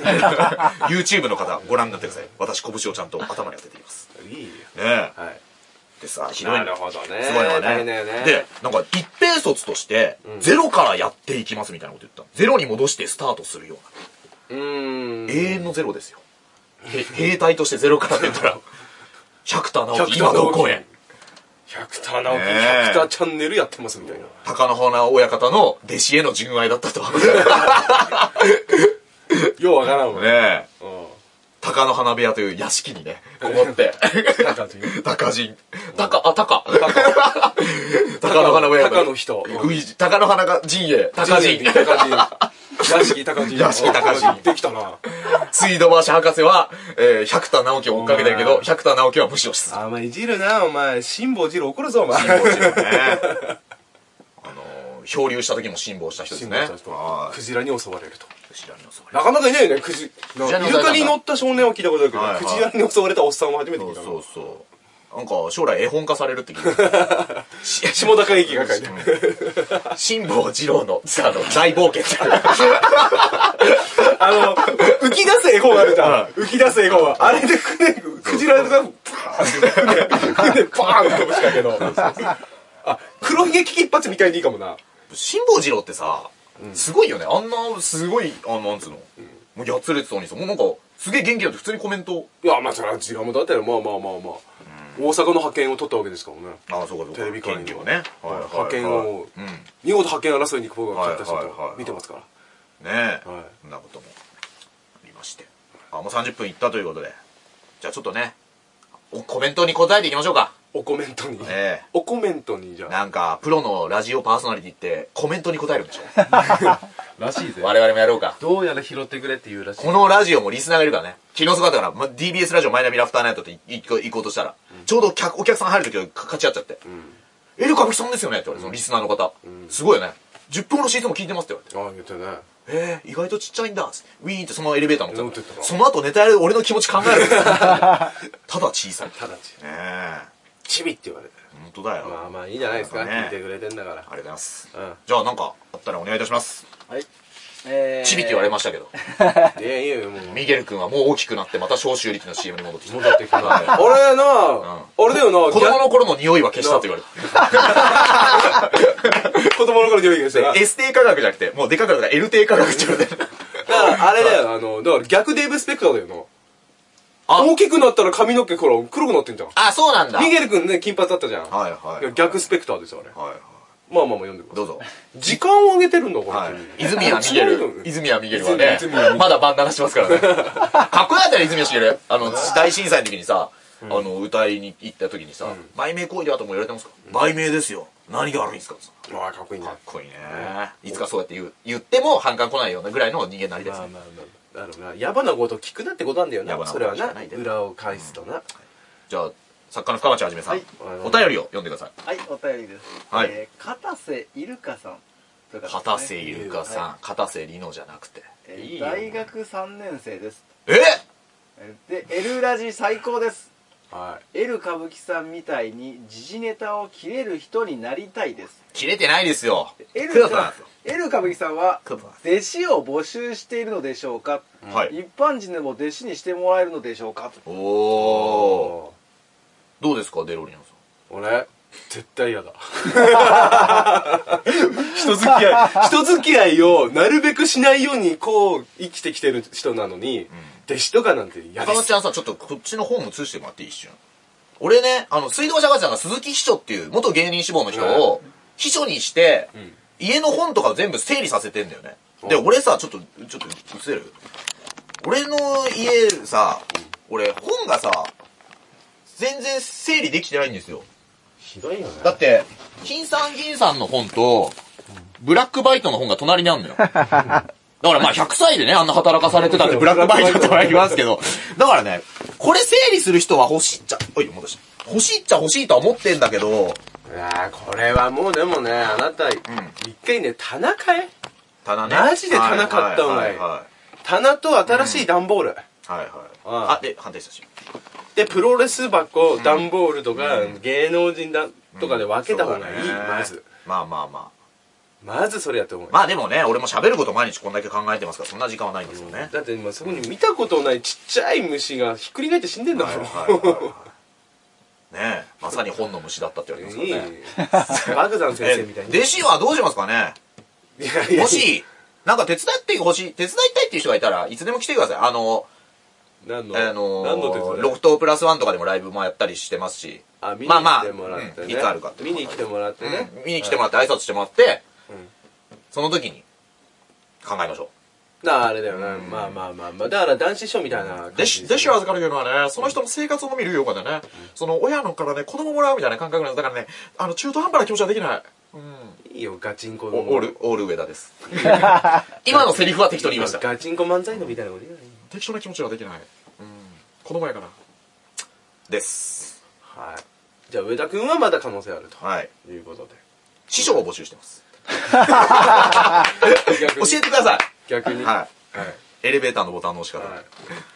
[SPEAKER 1] 言った
[SPEAKER 2] *laughs*
[SPEAKER 1] んですよ。YouTube の方、ご覧になってください。私、拳をちゃんと頭に当てています。
[SPEAKER 2] いい
[SPEAKER 1] ね
[SPEAKER 2] よ
[SPEAKER 1] え。
[SPEAKER 2] はい
[SPEAKER 1] でさ、ひどい
[SPEAKER 2] な
[SPEAKER 1] の
[SPEAKER 2] るほどね
[SPEAKER 1] すごいわ
[SPEAKER 2] 大
[SPEAKER 1] ね
[SPEAKER 2] 変だよね
[SPEAKER 1] で、なんか一平卒として、ゼロからやっていきますみたいなこと言った。ゼロに戻してスタートするよ
[SPEAKER 2] うー
[SPEAKER 1] うな。
[SPEAKER 2] ん
[SPEAKER 1] 永遠のゼロですよ。
[SPEAKER 2] *laughs*
[SPEAKER 1] へ兵隊としてゼロから出たら、百田直樹、
[SPEAKER 2] 百田
[SPEAKER 1] 今
[SPEAKER 2] 尚
[SPEAKER 1] ど
[SPEAKER 2] 樹
[SPEAKER 1] こへ。
[SPEAKER 2] 百田直樹、
[SPEAKER 1] ねえ
[SPEAKER 2] 百田チャンネルやってますみたいな。
[SPEAKER 1] 高野花親方の弟子への純愛だ
[SPEAKER 2] *laughs*
[SPEAKER 1] ったと。ね
[SPEAKER 2] ようわからんわ。
[SPEAKER 1] え。
[SPEAKER 2] うん。
[SPEAKER 1] 高野花部屋という屋敷にね、こも
[SPEAKER 2] *laughs*
[SPEAKER 1] って。 *laughs*
[SPEAKER 2] 高という。
[SPEAKER 1] 高人。高、あ、 *laughs* 高。高野花部屋。
[SPEAKER 2] 高の人
[SPEAKER 1] うい高野花が陣営。高人。
[SPEAKER 2] 高人。屋敷高人。
[SPEAKER 1] 屋敷高人
[SPEAKER 2] うんできたな。
[SPEAKER 1] 水道橋博士は、えー、百田直樹を追っかけてるけど、百田直樹は無視をしてた。
[SPEAKER 2] あ、お前いじるな、お前。辛抱じる怒るぞ、お前。
[SPEAKER 1] *laughs* あのー、漂流した時も辛抱した人です
[SPEAKER 2] 辛
[SPEAKER 1] ね。
[SPEAKER 2] 抱した人は
[SPEAKER 1] はい
[SPEAKER 2] クジラに襲われると。
[SPEAKER 1] 知らんよそれ
[SPEAKER 2] なかなかいないよね、クジ。イル
[SPEAKER 1] ジラに襲われたんだ
[SPEAKER 2] カに乗った少年は聞いたことあるけ
[SPEAKER 1] はいはい
[SPEAKER 2] ど、クジラに襲われたおっさんは初めて聞いた
[SPEAKER 1] そう
[SPEAKER 2] の。
[SPEAKER 1] そう。なんか、将来絵本化されるって聞いた。
[SPEAKER 2] *laughs* 下高駅が書いてある。
[SPEAKER 1] うん辛抱二郎の、あの、大冒険っていう
[SPEAKER 2] あの、浮き出す絵本あるじゃん。浮き出す絵本は。あれで船、クジラとか、バーンって船、船バーンって飛ぶしかけど。あ、黒ひげ危機一発みたいにいいかもな。
[SPEAKER 1] 辛抱二郎ってさ、すごいよね。あんな、すごい、あの、なんつうの。もうやつれてたのにさ、もうなんか、すげえ元気だって普通にコメント。
[SPEAKER 2] いや、まあそれは時間もだったら、まあまあまあまあ。大阪の派遣を取ったわけですからね。
[SPEAKER 1] ああ、そうかそうか。
[SPEAKER 2] テレビ界
[SPEAKER 1] 権
[SPEAKER 2] に
[SPEAKER 1] 利をね。はいはいはい
[SPEAKER 2] 派遣を
[SPEAKER 1] うん。ね
[SPEAKER 2] 見事派遣争いに僕が勝った人
[SPEAKER 1] はいはいはいは
[SPEAKER 2] と
[SPEAKER 1] い
[SPEAKER 2] 見てますから。
[SPEAKER 1] え。そ
[SPEAKER 2] はい
[SPEAKER 1] んなこともありまして。あ、もう30分いったということで。じゃあちょっとね、おコメントに答えていきましょうか。
[SPEAKER 2] おコメントに。
[SPEAKER 1] ええ
[SPEAKER 2] おコメントに、じゃあ。
[SPEAKER 1] なんか、プロのラジオパーソナリティってコメントに答えるんで *laughs* しょ
[SPEAKER 2] らしいぜ
[SPEAKER 1] 我々もやろうか。
[SPEAKER 2] どうやら拾ってくれっていうらしい
[SPEAKER 1] このラジオもリスナーがいるからね。昨日すごかったから、ま、DBS ラジオマイナビラフターナイトって行こう行こうとしたら、ちょうど客お客さん入るときは勝ち合っちゃって、え、ルカブキさんですよねって言われて、そのリスナーの方。すごいよね。10分ほどシーズンも聞いてますって言われて。
[SPEAKER 2] ああ、言ってね。
[SPEAKER 1] えー、意外とちっちゃいんだ。ウィーンってそのエレベーター乗っ
[SPEAKER 2] 乗
[SPEAKER 1] て
[SPEAKER 2] ってった
[SPEAKER 1] た。
[SPEAKER 2] ら
[SPEAKER 1] その後ネタやる俺の気持ち考
[SPEAKER 2] *laughs*
[SPEAKER 1] える。ただ小さい。ね
[SPEAKER 2] ただち、
[SPEAKER 1] え。
[SPEAKER 2] チビって言われて
[SPEAKER 1] 本当だよ。
[SPEAKER 2] まあ
[SPEAKER 1] あ
[SPEAKER 2] まあいいんじゃないですか。
[SPEAKER 1] そうだね
[SPEAKER 2] 聞いてくれてんだか
[SPEAKER 1] り
[SPEAKER 2] ら
[SPEAKER 1] が。とうございます。
[SPEAKER 2] うん
[SPEAKER 1] じゃあなんかあったらお願いいたします。
[SPEAKER 3] はい。えー、
[SPEAKER 1] チビって言われましたけど。
[SPEAKER 2] いやいやいやもう。
[SPEAKER 1] ミゲル君はもう大きくなってまた消臭力の CM に戻ってきた。
[SPEAKER 2] 戻ってきたな。 *laughs* あれな、あれだよな、
[SPEAKER 1] 子供の頃の匂いは消したと言われて
[SPEAKER 2] ギャ子供の頃に言うけど。
[SPEAKER 1] S 定科学じゃなくて、もうデカ科学だから L 定科学って言われてる。
[SPEAKER 2] だからあれだよ、あの、だから逆デーブ・スペクターだよな。
[SPEAKER 1] あ
[SPEAKER 2] 大きくなったら髪の毛ほら黒くなってんじゃん。
[SPEAKER 1] あ、そうなんだ。
[SPEAKER 2] ミゲル君ね、金髪だったじゃん。
[SPEAKER 1] はいはいはい
[SPEAKER 2] 逆スペクターですよ、あれ。
[SPEAKER 1] はいは
[SPEAKER 2] まあまあまあ読んでく
[SPEAKER 1] い。
[SPEAKER 2] ださ
[SPEAKER 1] ど
[SPEAKER 2] いう
[SPEAKER 1] ぞ。
[SPEAKER 2] 時間を上げてるんだ、これ。
[SPEAKER 1] はい。泉谷ミゲル。泉谷ミゲルはね
[SPEAKER 2] 泉谷ミゲ、ル
[SPEAKER 1] まだバンダナしてますから *laughs* ね。かっこよかったよ、泉谷しげる。あの、大震災の時にさ、あの、歌いに行った時にさ、売名行為だとも言われてますか売名ですよ。何が悪いんですかか
[SPEAKER 2] まあかっこいいね。
[SPEAKER 1] っこいいね。いつかそうやって言う、言っても反感来ないようなぐらいの人間なりで
[SPEAKER 2] ますあ
[SPEAKER 1] ね。
[SPEAKER 2] まあまあ。だろうな。野暮なこと聞くなってことなんだよ
[SPEAKER 1] 野暮
[SPEAKER 2] な。
[SPEAKER 1] な
[SPEAKER 2] そ
[SPEAKER 1] こ
[SPEAKER 2] れ
[SPEAKER 1] と
[SPEAKER 2] は
[SPEAKER 1] 聞か
[SPEAKER 2] な
[SPEAKER 1] ない。で
[SPEAKER 2] 裏を返すとな。
[SPEAKER 1] じゃあ、作家の深町はじめさん
[SPEAKER 3] はい、
[SPEAKER 1] お便りを読んでください。
[SPEAKER 3] はい、お便りです。
[SPEAKER 1] はい
[SPEAKER 3] えー、片瀬イルカさんという方ですね。
[SPEAKER 1] 片瀬ゆるかさん、片瀬りのじゃなくて。
[SPEAKER 3] え
[SPEAKER 2] いいよ
[SPEAKER 3] ー、大学3年生です。
[SPEAKER 1] え
[SPEAKER 3] えーで、エルラジ最高です。
[SPEAKER 2] は
[SPEAKER 3] エル歌舞伎さんみたいに時事ネタを切れる人になりたいです。
[SPEAKER 1] 切れてないですよ。
[SPEAKER 3] エル
[SPEAKER 1] クヨさ
[SPEAKER 3] さん、エル歌舞伎さんは
[SPEAKER 1] クヨさん
[SPEAKER 3] 弟子を募集しているのでしょうか、
[SPEAKER 1] ん。はい。
[SPEAKER 3] 一般人でも弟子にしてもらえるのでしょうか
[SPEAKER 1] お
[SPEAKER 2] い。
[SPEAKER 1] おー。
[SPEAKER 2] おー。
[SPEAKER 1] どうですか、デロリアンさん。
[SPEAKER 2] 俺、絶対
[SPEAKER 1] *laughs*
[SPEAKER 2] 嫌だ。人付き合い、人付き合いをなるべくしないようにこう生きてきてる人なのに、弟子とかなんて嫌
[SPEAKER 1] 中
[SPEAKER 2] で
[SPEAKER 1] 野
[SPEAKER 2] す。
[SPEAKER 1] ちゃんさ、ちょっとこっちの方も映してもらっていい一瞬。俺ね、あの、水道橋博士さんが鈴木秘書っていう元芸人志望の人を秘書にして、家の本とかを全部整理させてんだよね。で、俺さ、ちょっと、ちょっと映せる俺の家さ、俺本がさ、全然整理できてないんですよ。
[SPEAKER 2] ひどいよね。
[SPEAKER 1] だって、金さん銀さんの本と、ブラックバイトの本が隣にあんのよ。 *laughs* だからまあ100歳でね、あんな働かされてたってブラックバイトとは言いますけど、だからね、これ整理する人は欲しいっちゃ、おい、戻した。欲しいっちゃ欲しいとは思ってんだけど、
[SPEAKER 2] いやーこれはもうでもね、あなた、一回ね、棚買え
[SPEAKER 1] 棚
[SPEAKER 2] ねマジで棚買ったわ
[SPEAKER 1] はいいは
[SPEAKER 2] 棚と新しい段ボール。
[SPEAKER 1] い。はいはい。
[SPEAKER 2] あ
[SPEAKER 1] あ、で、反対したし。
[SPEAKER 2] で、プロレス箱、段ボールとか、芸能人だとかで分けた方がいい、
[SPEAKER 1] そうだね
[SPEAKER 2] まず。。
[SPEAKER 1] まあまあまあ。
[SPEAKER 2] まずそれやと思う。
[SPEAKER 1] まあでもね、俺も喋ること毎日こんだけ考えてますから、そんな時間はないんですよね。
[SPEAKER 2] だって今そこに見たことないちっちゃい虫がひっくり返って死んでんだもん。
[SPEAKER 1] はいはいはいはい。 *laughs* ねえ、まさに本の虫だったって言われてますからね。
[SPEAKER 2] バグザン先生みたいに。
[SPEAKER 1] え弟子はどうしますかね
[SPEAKER 2] いやいや
[SPEAKER 1] もし、なんか手伝ってほしい、手伝いたいっていう人がいたらいつでも来てください。あの、
[SPEAKER 2] 何の
[SPEAKER 1] あの
[SPEAKER 2] 何の手伝い
[SPEAKER 1] ロフトプラスワンとかでもライブもやったりしてますし、
[SPEAKER 2] あ見に
[SPEAKER 1] まあま
[SPEAKER 2] 来
[SPEAKER 1] あ
[SPEAKER 2] てもらって
[SPEAKER 1] うん
[SPEAKER 2] ね
[SPEAKER 1] いつあるかって
[SPEAKER 2] 見に来てもらってね
[SPEAKER 1] うん見に来てもらって挨拶してもらって、その時に考えましょ
[SPEAKER 2] だからあれだよねまあまあまあまあだから男子師匠みたいな感
[SPEAKER 1] う。
[SPEAKER 2] じ
[SPEAKER 1] でし、でしょ
[SPEAKER 2] ね
[SPEAKER 1] 預かるいうのはね、その人の生活を見るようかでね、その親のからね、子供もらうみたいな感覚なんですだからね、あの、中途半端な気持ちはできない。うん。
[SPEAKER 2] いいよガチンコ
[SPEAKER 1] おオール、オール上田です。 *laughs* 今のセリフは適当に言いました。
[SPEAKER 2] ガチンコ漫才のみたいなこと言うよね
[SPEAKER 1] 適当な気持ちはできない。うん。子供やから。です。
[SPEAKER 2] はいじゃあ上田君はまだ可能性ある
[SPEAKER 1] はい。
[SPEAKER 2] ということで
[SPEAKER 1] 師匠を募集してます。
[SPEAKER 2] 逆
[SPEAKER 1] 教えてください
[SPEAKER 2] 逆に
[SPEAKER 1] はい
[SPEAKER 2] はい
[SPEAKER 1] エレベーターのボタンの押し方。はい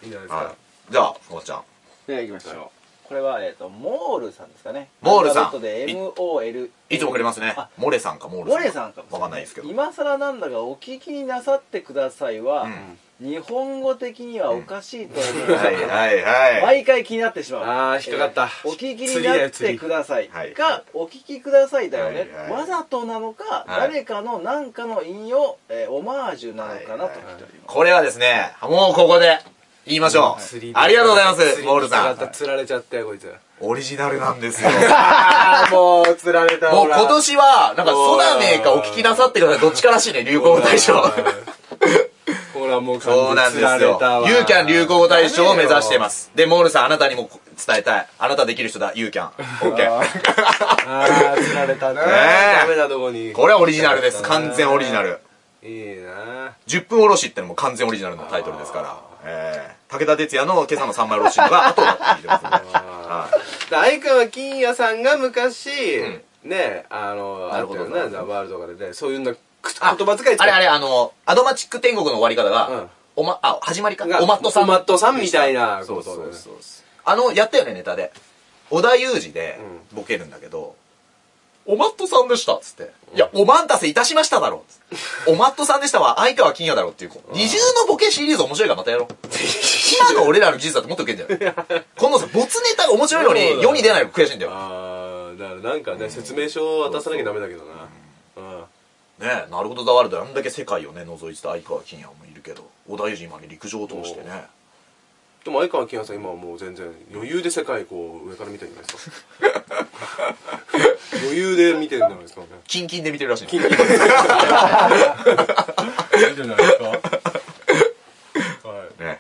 [SPEAKER 2] いいんじゃないですか
[SPEAKER 1] い。じゃあ、ふもちゃん。
[SPEAKER 3] では行きましょうこれは、えっとモールさんですかね
[SPEAKER 1] モールさん
[SPEAKER 3] アルファベットで MOL
[SPEAKER 1] いつもくれますね
[SPEAKER 3] あ。
[SPEAKER 1] モレさんかモール
[SPEAKER 3] モレさんかもしれ
[SPEAKER 1] わかんないですけど。
[SPEAKER 3] 今更なんだがお聞きになさってくださいは、日本語的にはおかしいと思う、
[SPEAKER 1] はいはいはい。
[SPEAKER 3] 毎回気になってしまう
[SPEAKER 2] あー引っかかった
[SPEAKER 3] お聞きになっ
[SPEAKER 2] 次だよ
[SPEAKER 3] てください
[SPEAKER 1] 次はい
[SPEAKER 3] がお聞きくださいだよね、
[SPEAKER 1] はいはい
[SPEAKER 3] わざとなのか、
[SPEAKER 1] はい
[SPEAKER 3] 誰かの何かの引用、えーオマージュなのかなと、
[SPEAKER 1] はいこれはですね、もうここで言いましょ
[SPEAKER 2] 釣
[SPEAKER 1] う
[SPEAKER 2] り。で
[SPEAKER 1] ありがとうございま
[SPEAKER 2] 釣り
[SPEAKER 1] す、
[SPEAKER 2] に
[SPEAKER 1] モールさ
[SPEAKER 2] 釣られ
[SPEAKER 1] ん
[SPEAKER 2] た。釣られちゃってこいつ
[SPEAKER 1] オリジナルなんです *laughs* よ。
[SPEAKER 2] ああもう釣られた
[SPEAKER 1] もう今年は、なんか、ソダメかお聞きなさってください。どっちからしいね、流行語大 *laughs* 賞。
[SPEAKER 2] ほらもう
[SPEAKER 1] そう
[SPEAKER 2] 完
[SPEAKER 1] な
[SPEAKER 2] 全
[SPEAKER 1] んで
[SPEAKER 2] に釣ら
[SPEAKER 1] す
[SPEAKER 2] れ
[SPEAKER 1] よ
[SPEAKER 2] たわ。
[SPEAKER 1] ユーキャン流行語大賞を目指してますす。で、モールさん、あなたにも伝えたい。あなたできる人だ、ユーキ
[SPEAKER 2] *laughs*
[SPEAKER 1] ャン。オッケー。
[SPEAKER 2] ああ釣られたな
[SPEAKER 1] ねえ
[SPEAKER 2] ダメなとこに
[SPEAKER 1] これはオリジナルです。完全オリジナル。
[SPEAKER 2] いいな
[SPEAKER 1] 10分おろしってのも完全オリジナルのタイトルですから。ええ武田鉄矢の今朝の三枚おろしのが後だって聞いてますね。は
[SPEAKER 2] 相川金也さんが昔
[SPEAKER 1] ん
[SPEAKER 2] ねあの
[SPEAKER 1] な
[SPEAKER 2] あ
[SPEAKER 1] る
[SPEAKER 2] っ
[SPEAKER 1] ほ
[SPEAKER 2] た
[SPEAKER 1] ど
[SPEAKER 2] よねザワールドとかでねそういうのく言葉遣い
[SPEAKER 1] いあれあれ、あの、アドマチック天国の終わり方が、
[SPEAKER 2] うん
[SPEAKER 1] おま、あ、始まりか。
[SPEAKER 2] が
[SPEAKER 1] おまっとさん。
[SPEAKER 2] おまっとさんみたいな
[SPEAKER 1] そう
[SPEAKER 2] こと
[SPEAKER 1] そう
[SPEAKER 2] だよね
[SPEAKER 1] そうそう。あの、やったよね、ネタで。織田裕二で
[SPEAKER 2] う
[SPEAKER 1] ボケるんだけど、おまっとさんでしたっつって。いや、おまんたせいたしましただろっ *laughs* つって。おまっとさんでしたは相川金也だろっていう。二重のボケシリーズ面白いからまたやろう。今の俺らの技術だってもっとウケんじゃ
[SPEAKER 2] *laughs*
[SPEAKER 1] ん。このさ、ボツネタが面白いの
[SPEAKER 2] そうだ
[SPEAKER 1] に
[SPEAKER 2] ね
[SPEAKER 1] 世に出ないの悔しいんだよ。
[SPEAKER 2] ああだからなんかね説明書を渡さなきゃダメだけどなうん
[SPEAKER 1] ねえ、なるほどザワールド、あんだけ世界をね、覗いてた相川金也もいるけど、小田裕二今ね、陸上を通してね。
[SPEAKER 2] でも相川金也さん今はもう全然余裕で世界こう上から見てるんじゃない *laughs* ですか余裕で見てるんじゃないですかね
[SPEAKER 1] キンキンで見てるらしい。
[SPEAKER 2] キンキン見てるんじゃないですかは
[SPEAKER 1] ね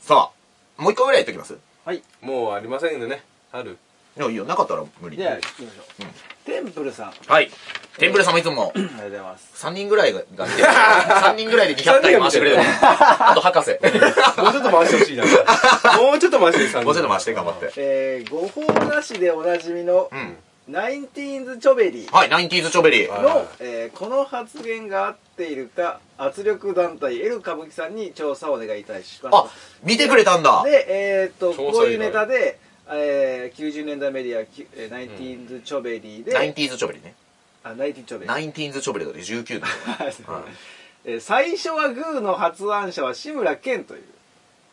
[SPEAKER 1] さあ、もう一個ぐらい言っときます
[SPEAKER 3] はい
[SPEAKER 2] いもうありませんでね春
[SPEAKER 1] いや、いいよ、なかったら無理。
[SPEAKER 3] では行きましょう、テンプルさんあ
[SPEAKER 1] はい。テンブレ様いつ
[SPEAKER 2] *laughs*
[SPEAKER 1] も、
[SPEAKER 3] りがとうございます
[SPEAKER 1] 3人ぐらいが見てる。3人ぐらいで200回回してく
[SPEAKER 2] *laughs*
[SPEAKER 1] れる。あと博士。
[SPEAKER 2] もうちょっと回してほしいな *laughs* もうちょっと回してさ
[SPEAKER 1] もうちょっと回して、頑張って。
[SPEAKER 3] えー、ご法なしでおなじみの、
[SPEAKER 1] ん
[SPEAKER 3] ナインティーンズチョベリー
[SPEAKER 1] はい、ナインティーズチョベリー。
[SPEAKER 3] の、えーこの発言が合っているか圧力団体 L 歌舞伎さんに調査をお願いいたします
[SPEAKER 1] あ、見てくれたんだ。
[SPEAKER 3] で、えーっと、
[SPEAKER 2] 調査以外
[SPEAKER 3] こういうネタで、えー、90年代メディアきゅ、えーナインティーンズ・チョベリーで、
[SPEAKER 1] ナインティーズチョベリーね。
[SPEAKER 3] あ、ナインティーンズ・チョベリー。
[SPEAKER 1] ナインティーズチョベリーだって19だよ
[SPEAKER 3] えー最初はグーの発案者は志村けん
[SPEAKER 1] *laughs*
[SPEAKER 3] という。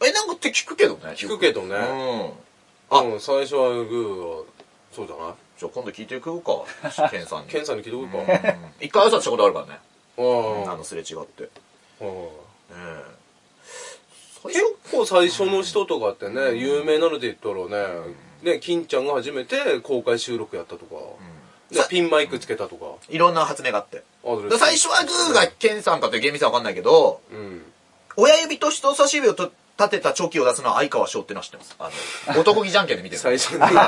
[SPEAKER 1] え、なんかって聞くけどね。
[SPEAKER 2] 聞くけどね
[SPEAKER 1] うん。あ
[SPEAKER 2] うん最初はグーがそうだな
[SPEAKER 1] じゃあ今度聞いてくる
[SPEAKER 2] *laughs*
[SPEAKER 1] か、ケンさんに。
[SPEAKER 2] ケンさんに聞いてこい
[SPEAKER 1] う
[SPEAKER 2] か
[SPEAKER 1] ん一回挨拶したことあるからね。
[SPEAKER 2] あ
[SPEAKER 1] あ
[SPEAKER 2] あ
[SPEAKER 1] の、すれ違って。ねえ
[SPEAKER 2] 結構最初の人とかってね有名なので言ったらねね金ちゃんが初めて公開収録やったとかでピンマイクつけたとか
[SPEAKER 1] いろんな発明があって。
[SPEAKER 2] あそれ
[SPEAKER 1] で最初はグーがケンさんかという厳密さはわかんないけど、
[SPEAKER 2] うん
[SPEAKER 1] 親指と人差し指をと立てたチョキを出すのは相川翔ってのは知ってます。あ
[SPEAKER 2] *laughs*
[SPEAKER 1] の、男気じゃんけんで見てる。*laughs*
[SPEAKER 2] 最初にい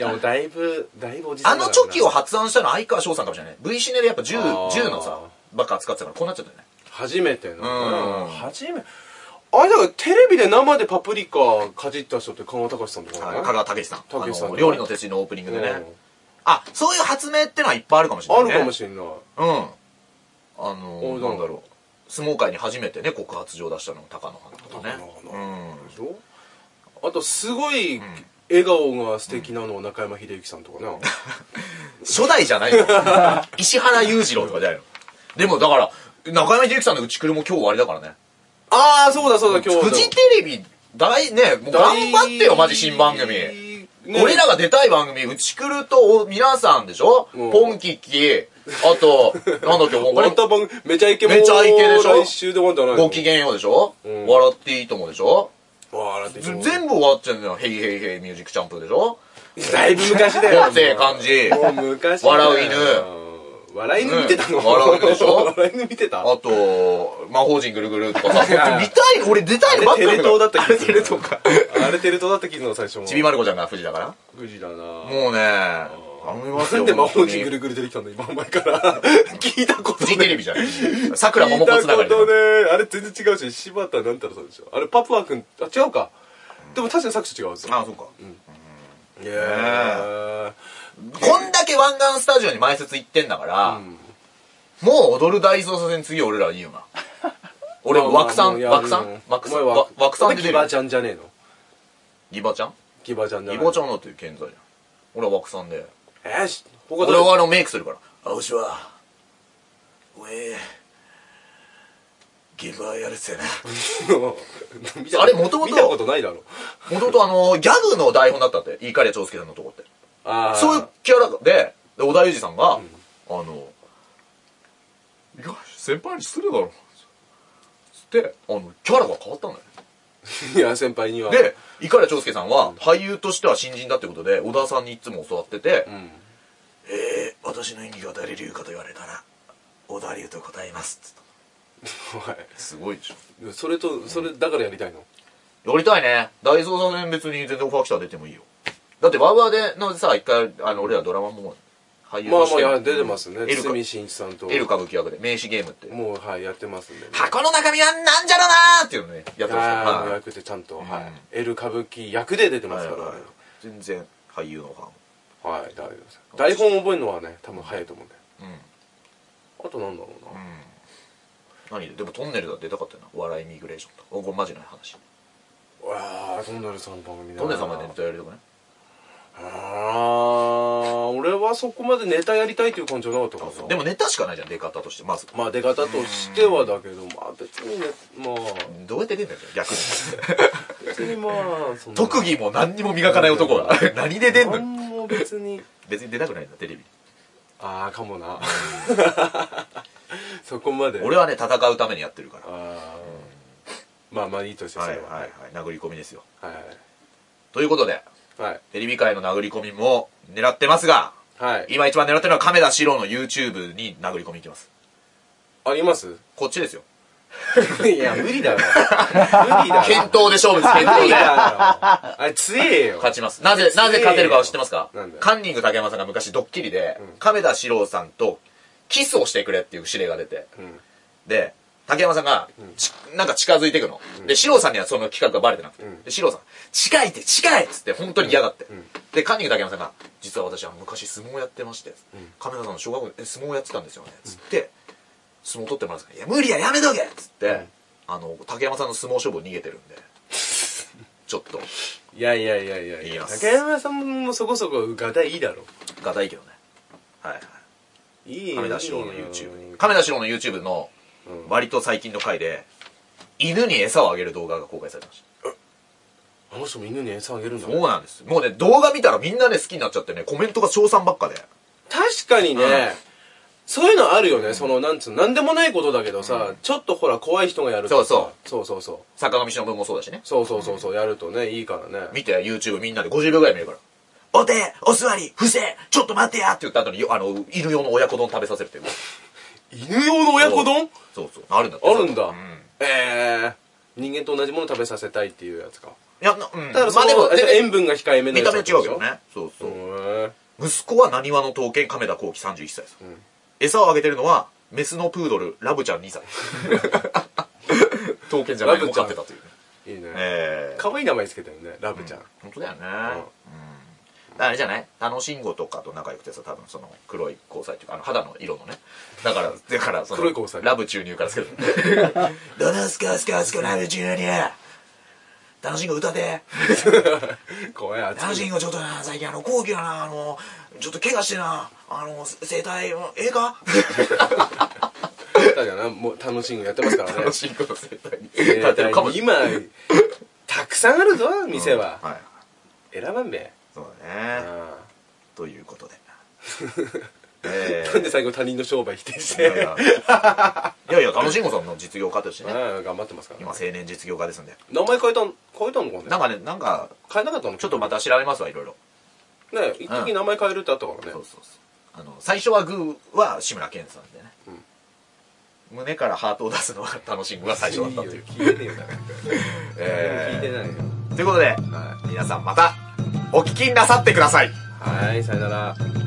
[SPEAKER 2] やもうだいぶだいぶおじさ
[SPEAKER 1] あ
[SPEAKER 2] んだ
[SPEAKER 1] の
[SPEAKER 2] から
[SPEAKER 1] チョキを発案したのは相川翔さんかもしれない。V シネでやっぱ銃、銃
[SPEAKER 2] あー
[SPEAKER 1] のさ、ばっか扱ってたからこうなっちゃったよね。
[SPEAKER 2] 初めての
[SPEAKER 1] うん
[SPEAKER 2] 初めあれだからテレビで生でパプリカかじった人って香川隆さんとか
[SPEAKER 1] 香川武史さん。
[SPEAKER 2] 武史さん
[SPEAKER 1] あの料理の鉄人のオープニングで
[SPEAKER 2] う
[SPEAKER 1] ね
[SPEAKER 2] ん。
[SPEAKER 1] あ、そういう発明ってのはいっぱいあるかもしれ
[SPEAKER 2] あ
[SPEAKER 1] ない、
[SPEAKER 2] る
[SPEAKER 1] ね。
[SPEAKER 2] かもしれな
[SPEAKER 1] うん。
[SPEAKER 2] い
[SPEAKER 1] あの
[SPEAKER 2] お
[SPEAKER 1] ー、
[SPEAKER 2] うどう
[SPEAKER 1] なんだろう。相撲界に初めてね、告発状を出したのも高野花とかね。
[SPEAKER 2] 高野
[SPEAKER 1] うん。
[SPEAKER 2] でしょあとすごい笑顔が素敵なのは中山秀征さんとかね
[SPEAKER 1] 初代じゃないの *laughs* 石原裕次郎とかじゃないのでもだから、中山秀樹さんの打ち来るも今日終わりだからね。
[SPEAKER 2] ああそうだそうだ今日
[SPEAKER 1] フジテレビ、大、ね、もう頑張ってよ、マジ新番組。
[SPEAKER 2] ね
[SPEAKER 1] 俺らが出たい番組、うちくると、お皆さんでしょ、
[SPEAKER 2] うん
[SPEAKER 1] ポンキッキー、あ
[SPEAKER 2] *laughs*
[SPEAKER 1] と、なんだっけ、もうこ
[SPEAKER 2] 終わ
[SPEAKER 1] れ
[SPEAKER 2] っ、た番組めちゃイケも
[SPEAKER 1] めちゃイケでしょ
[SPEAKER 2] 来週で終わんじゃないの
[SPEAKER 1] ごきげんようでしょ、
[SPEAKER 2] ん
[SPEAKER 1] 笑っていいともでしょ
[SPEAKER 2] わーって
[SPEAKER 1] ず全部終わっちゃうんだよ。ヘイヘイヘイミュージックチャンプでしょ
[SPEAKER 2] だいぶ昔だよ
[SPEAKER 1] ごっつええ感じ
[SPEAKER 2] もう昔だよ
[SPEAKER 1] 笑う犬
[SPEAKER 2] 笑い犬見てたの、
[SPEAKER 1] うん笑う犬でしょ
[SPEAKER 2] *laughs* 笑い犬見てた
[SPEAKER 1] あと、魔法陣ぐるぐるとかさ、
[SPEAKER 2] いや
[SPEAKER 1] 見たい俺出たいのば
[SPEAKER 2] あ
[SPEAKER 1] っか
[SPEAKER 2] れ
[SPEAKER 1] り
[SPEAKER 2] テレ東だった気が
[SPEAKER 1] あ
[SPEAKER 2] す
[SPEAKER 1] れ
[SPEAKER 2] る
[SPEAKER 1] テレ東か。
[SPEAKER 2] あれテレ東だった気がするの最初も
[SPEAKER 1] ちびまる子ちゃんが富士だから。
[SPEAKER 2] 富士だなも
[SPEAKER 1] もうね、頼みます
[SPEAKER 2] な
[SPEAKER 1] よ。
[SPEAKER 2] んで魔
[SPEAKER 1] 本
[SPEAKER 2] 法
[SPEAKER 1] 当に
[SPEAKER 2] 陣ぐるぐる出てきたんだ今前から
[SPEAKER 1] *laughs*
[SPEAKER 2] 聞いたこと
[SPEAKER 1] フ
[SPEAKER 2] ない
[SPEAKER 1] ジテレビじゃん。桜
[SPEAKER 2] 聞
[SPEAKER 1] 桃
[SPEAKER 2] い
[SPEAKER 1] 子
[SPEAKER 2] た
[SPEAKER 1] つなが
[SPEAKER 2] こ
[SPEAKER 1] りだよ
[SPEAKER 2] とねあれ全然違うし柴田なんたらさんでしょあれパプア君あ違うかでも確かに作詞違うんですよ
[SPEAKER 1] あ、そうか。
[SPEAKER 2] いや
[SPEAKER 1] こんだけ湾岸スタジオに前説行ってんだから、
[SPEAKER 2] ん
[SPEAKER 1] もう踊る大捜査線次俺らいいよ
[SPEAKER 2] *laughs*
[SPEAKER 1] な。俺、枠さん、枠さん枠さん、わ枠さんで出
[SPEAKER 2] ギ
[SPEAKER 1] るよ
[SPEAKER 2] バ。ちゃんじゃねえの
[SPEAKER 1] ギバちゃん
[SPEAKER 2] ギバちゃんじゃ
[SPEAKER 1] ギ
[SPEAKER 2] ない
[SPEAKER 1] バちゃんだって健在じゃん。俺は枠さんで。
[SPEAKER 2] えーし他
[SPEAKER 1] 俺
[SPEAKER 2] 誰
[SPEAKER 1] はあのメイクするから。あ、おしは、俺、ギバやるせな。
[SPEAKER 2] *laughs* 見た
[SPEAKER 1] あれ元々
[SPEAKER 2] 見たことないだろ
[SPEAKER 1] もともとあの、ギャグの台本だったって、イカリア長介さんのとこって。
[SPEAKER 2] あー
[SPEAKER 1] そういうキャラで、で小田裕二さんが、あの、いや、先輩に失礼だろ。つって、あの、キャラが変わったんだよ。
[SPEAKER 2] いや先輩には
[SPEAKER 1] で、イカリア長介さんは、俳優としては新人だってことで、小田さんにいつも教わってて、
[SPEAKER 2] うん
[SPEAKER 1] えー、私の演技が誰流かと言われたら、小田流と答えます。つっ
[SPEAKER 2] お
[SPEAKER 1] たすごいでしょ。
[SPEAKER 2] いそれとそれだからやりたいの
[SPEAKER 1] やりたいね。大蔵さんね、別に全然オファー来たら出てもいいよ。だって、ワウワウで、のさ、一回、あの、俺らドラマも、俳優
[SPEAKER 2] まあ
[SPEAKER 1] とし
[SPEAKER 2] ま
[SPEAKER 1] て
[SPEAKER 2] あい
[SPEAKER 1] も
[SPEAKER 2] や出てますね
[SPEAKER 1] エルカ
[SPEAKER 2] 堤真一さんと
[SPEAKER 1] エル歌舞伎役で、名刺ゲームって。
[SPEAKER 2] もうはいやってますんで
[SPEAKER 1] 箱の中身はなんじゃろなーっていうのね、やってました
[SPEAKER 2] あ
[SPEAKER 1] か
[SPEAKER 2] の
[SPEAKER 1] ら。
[SPEAKER 2] 役でちゃんと、はい、L 歌舞伎役で出てま
[SPEAKER 1] はい
[SPEAKER 2] す
[SPEAKER 1] は
[SPEAKER 2] か
[SPEAKER 1] い
[SPEAKER 2] ら、
[SPEAKER 1] は
[SPEAKER 2] はい
[SPEAKER 1] 全然、俳優のファン。
[SPEAKER 2] い大丈夫です台本覚えるのはね多分早いと思うんで
[SPEAKER 1] う
[SPEAKER 2] あとなんだろうな、
[SPEAKER 1] ん。何でもトンネルだって出たかったよな。お笑いミグレーションとか。おこれマジな話。
[SPEAKER 2] うわあトンネルさんの番組だ
[SPEAKER 1] トンネル様でネタやりとかね。
[SPEAKER 2] ああ俺はそこまでネタやりたいっていう感じじゃなかったから
[SPEAKER 1] でもネタしかないじゃん、出方として。まず。
[SPEAKER 2] まあ出方としてはだけどまあ別にねまあ
[SPEAKER 1] どうやって出んだよ、
[SPEAKER 2] *laughs*
[SPEAKER 1] 逆に。
[SPEAKER 2] 別にまあそんな
[SPEAKER 1] 特技も何にも磨かない男が。 *laughs* 何で出んのよ
[SPEAKER 2] 何も別に
[SPEAKER 1] 別に出たくないんだ、テレビ。
[SPEAKER 2] ああかもな *laughs* そこまで
[SPEAKER 1] 俺はね、戦うためにやってるから。は
[SPEAKER 2] あーまあまあいいとしてそ
[SPEAKER 1] い
[SPEAKER 2] れは
[SPEAKER 1] はいはい。殴り込みですよ。
[SPEAKER 2] はい
[SPEAKER 1] ということで、
[SPEAKER 2] はい
[SPEAKER 1] テレビ界の殴り込みも狙ってますが、
[SPEAKER 2] はい、はい、
[SPEAKER 1] 今一番狙ってるのは亀田史郎の YouTube に殴り込みいきます。
[SPEAKER 2] あります
[SPEAKER 1] こっちですよ。
[SPEAKER 2] いや無理だろ無理だ
[SPEAKER 1] 検
[SPEAKER 2] ろ
[SPEAKER 1] 討で勝負です、検
[SPEAKER 2] 無
[SPEAKER 1] 討で。
[SPEAKER 2] 理だろあれ強えよ
[SPEAKER 1] 勝ちます。なぜ、なぜ勝てるかは知ってますか
[SPEAKER 2] なんだよ
[SPEAKER 1] カンニング竹山さんが昔ドッキリで、亀田史郎さんとキスをしてくれっていう指令が出て、
[SPEAKER 2] うん
[SPEAKER 1] で、竹山さんが、ちなんか近づいていくの。で、四郎さんにはその企画がバレてなくて。
[SPEAKER 2] うん
[SPEAKER 1] で、四郎さん、近いって近いっつって本当に嫌がって。
[SPEAKER 2] ん
[SPEAKER 1] で、カンニング竹山さんが、実は私は昔相撲やってまして、亀田さんの小学校で相撲やってたんですよね。つって、相撲取ってもらうんですかいや、無理や、やめとけっつって、あの、竹山さんの相撲勝負逃げてるんで、ちょっと、
[SPEAKER 2] いやいやいやいや
[SPEAKER 1] いや
[SPEAKER 2] 竹山さんもそこそこガタイいいだろ
[SPEAKER 1] がたいけどね。はいはい。
[SPEAKER 2] いい
[SPEAKER 1] 亀田四郎の
[SPEAKER 2] いい
[SPEAKER 1] YouTube
[SPEAKER 2] よ
[SPEAKER 1] に。亀田四郎の YouTube の
[SPEAKER 2] うん、
[SPEAKER 1] 割と最近の回で、犬に餌をあげる動画が公開されてました。
[SPEAKER 2] あの人も犬に餌あげるんだ
[SPEAKER 1] そうなんです。もうね、動画見たらみんなね、好きになっちゃってね、コメントが賞賛ばっかで。
[SPEAKER 2] 確かに
[SPEAKER 1] う
[SPEAKER 2] ね、
[SPEAKER 1] ん
[SPEAKER 2] そういうのあるよね、そのなんつうのなんでもないことだけどさ、ちょっとほら怖い人がやるとさ
[SPEAKER 1] そう
[SPEAKER 2] そうそうそう
[SPEAKER 1] 坂上忍もそうだしね。
[SPEAKER 2] そうそうそうそうやるとねいいからね
[SPEAKER 1] 見て、YouTube みんなで50秒ぐらい見るから。お手、お座り、伏せ、ちょっと待ってやって言った後に、よあの、犬用の親子丼食べさせるっていう。
[SPEAKER 2] 犬用の親子丼
[SPEAKER 1] そうそう。あるんだって
[SPEAKER 2] あるんだ、
[SPEAKER 1] うん。
[SPEAKER 2] ええ人間と同じもの食べさせたいっていうやつか
[SPEAKER 1] いや、なうん。
[SPEAKER 2] だからそ
[SPEAKER 1] まあで
[SPEAKER 2] の、
[SPEAKER 1] も、
[SPEAKER 2] え
[SPEAKER 1] 全然
[SPEAKER 2] 塩分が控えめの
[SPEAKER 1] 見
[SPEAKER 2] や
[SPEAKER 1] た
[SPEAKER 2] つ
[SPEAKER 1] 目違うけどね。そう
[SPEAKER 2] う
[SPEAKER 1] そう。
[SPEAKER 2] ん
[SPEAKER 1] 息子は何話の刀剣亀田光輝31歳です、餌をあげてるのはメスのプードルラブちゃん2歳 *laughs* 刀剣じゃないのも飼ってたというね
[SPEAKER 2] いいね
[SPEAKER 1] ええ
[SPEAKER 2] 可愛い名前つけたよねラブちゃん、
[SPEAKER 1] 本当だよね、うん、あれじゃない楽しんごとかと仲良くてさ多分その黒い交際っていうかあの肌の色のねだからだからその
[SPEAKER 2] 黒い交際
[SPEAKER 1] ラブ注入からつけ *laughs* るどのすかすかすかラブ注入楽しんご歌で
[SPEAKER 2] 怖い熱
[SPEAKER 1] 楽し
[SPEAKER 2] い
[SPEAKER 1] んごちょっとな最近あの後期がなあのちょっと怪我してなあの生体ええか
[SPEAKER 2] だからなもう楽しんごやってますからね
[SPEAKER 1] 楽しいこと生態に
[SPEAKER 2] え
[SPEAKER 1] 立ってるかも
[SPEAKER 2] ー
[SPEAKER 1] しれ
[SPEAKER 2] 今たくさんあるぞ店は、
[SPEAKER 1] ない。はい。
[SPEAKER 2] 選ばんべ
[SPEAKER 1] そう
[SPEAKER 2] う
[SPEAKER 1] だね。
[SPEAKER 2] ん
[SPEAKER 1] ということ *laughs* で。え
[SPEAKER 2] な
[SPEAKER 1] ー
[SPEAKER 2] んで最後他人の商売否定し
[SPEAKER 1] いやい
[SPEAKER 2] *laughs* て
[SPEAKER 1] やいやいや、楽しんごさんの実業家としてね、
[SPEAKER 2] うん頑張ってますから
[SPEAKER 1] 今青年実業家ですんで。
[SPEAKER 2] 名前変えたん変えたのか
[SPEAKER 1] なん
[SPEAKER 2] ね
[SPEAKER 1] かね、なんか、
[SPEAKER 2] 変えなかったの
[SPEAKER 1] ちょっとまた調べますわ、いろいろ。
[SPEAKER 2] ね一時名前変えるってあったからね
[SPEAKER 1] そうそうそうあの最初はグーは志村けんさんでね、胸からハートを出すのが楽しむが最初だったという
[SPEAKER 2] 聞いてよだから
[SPEAKER 1] え
[SPEAKER 2] 聞い
[SPEAKER 1] ー
[SPEAKER 2] てないよ
[SPEAKER 1] ということで、皆さんまたお聞きなさってください
[SPEAKER 2] はいさよなら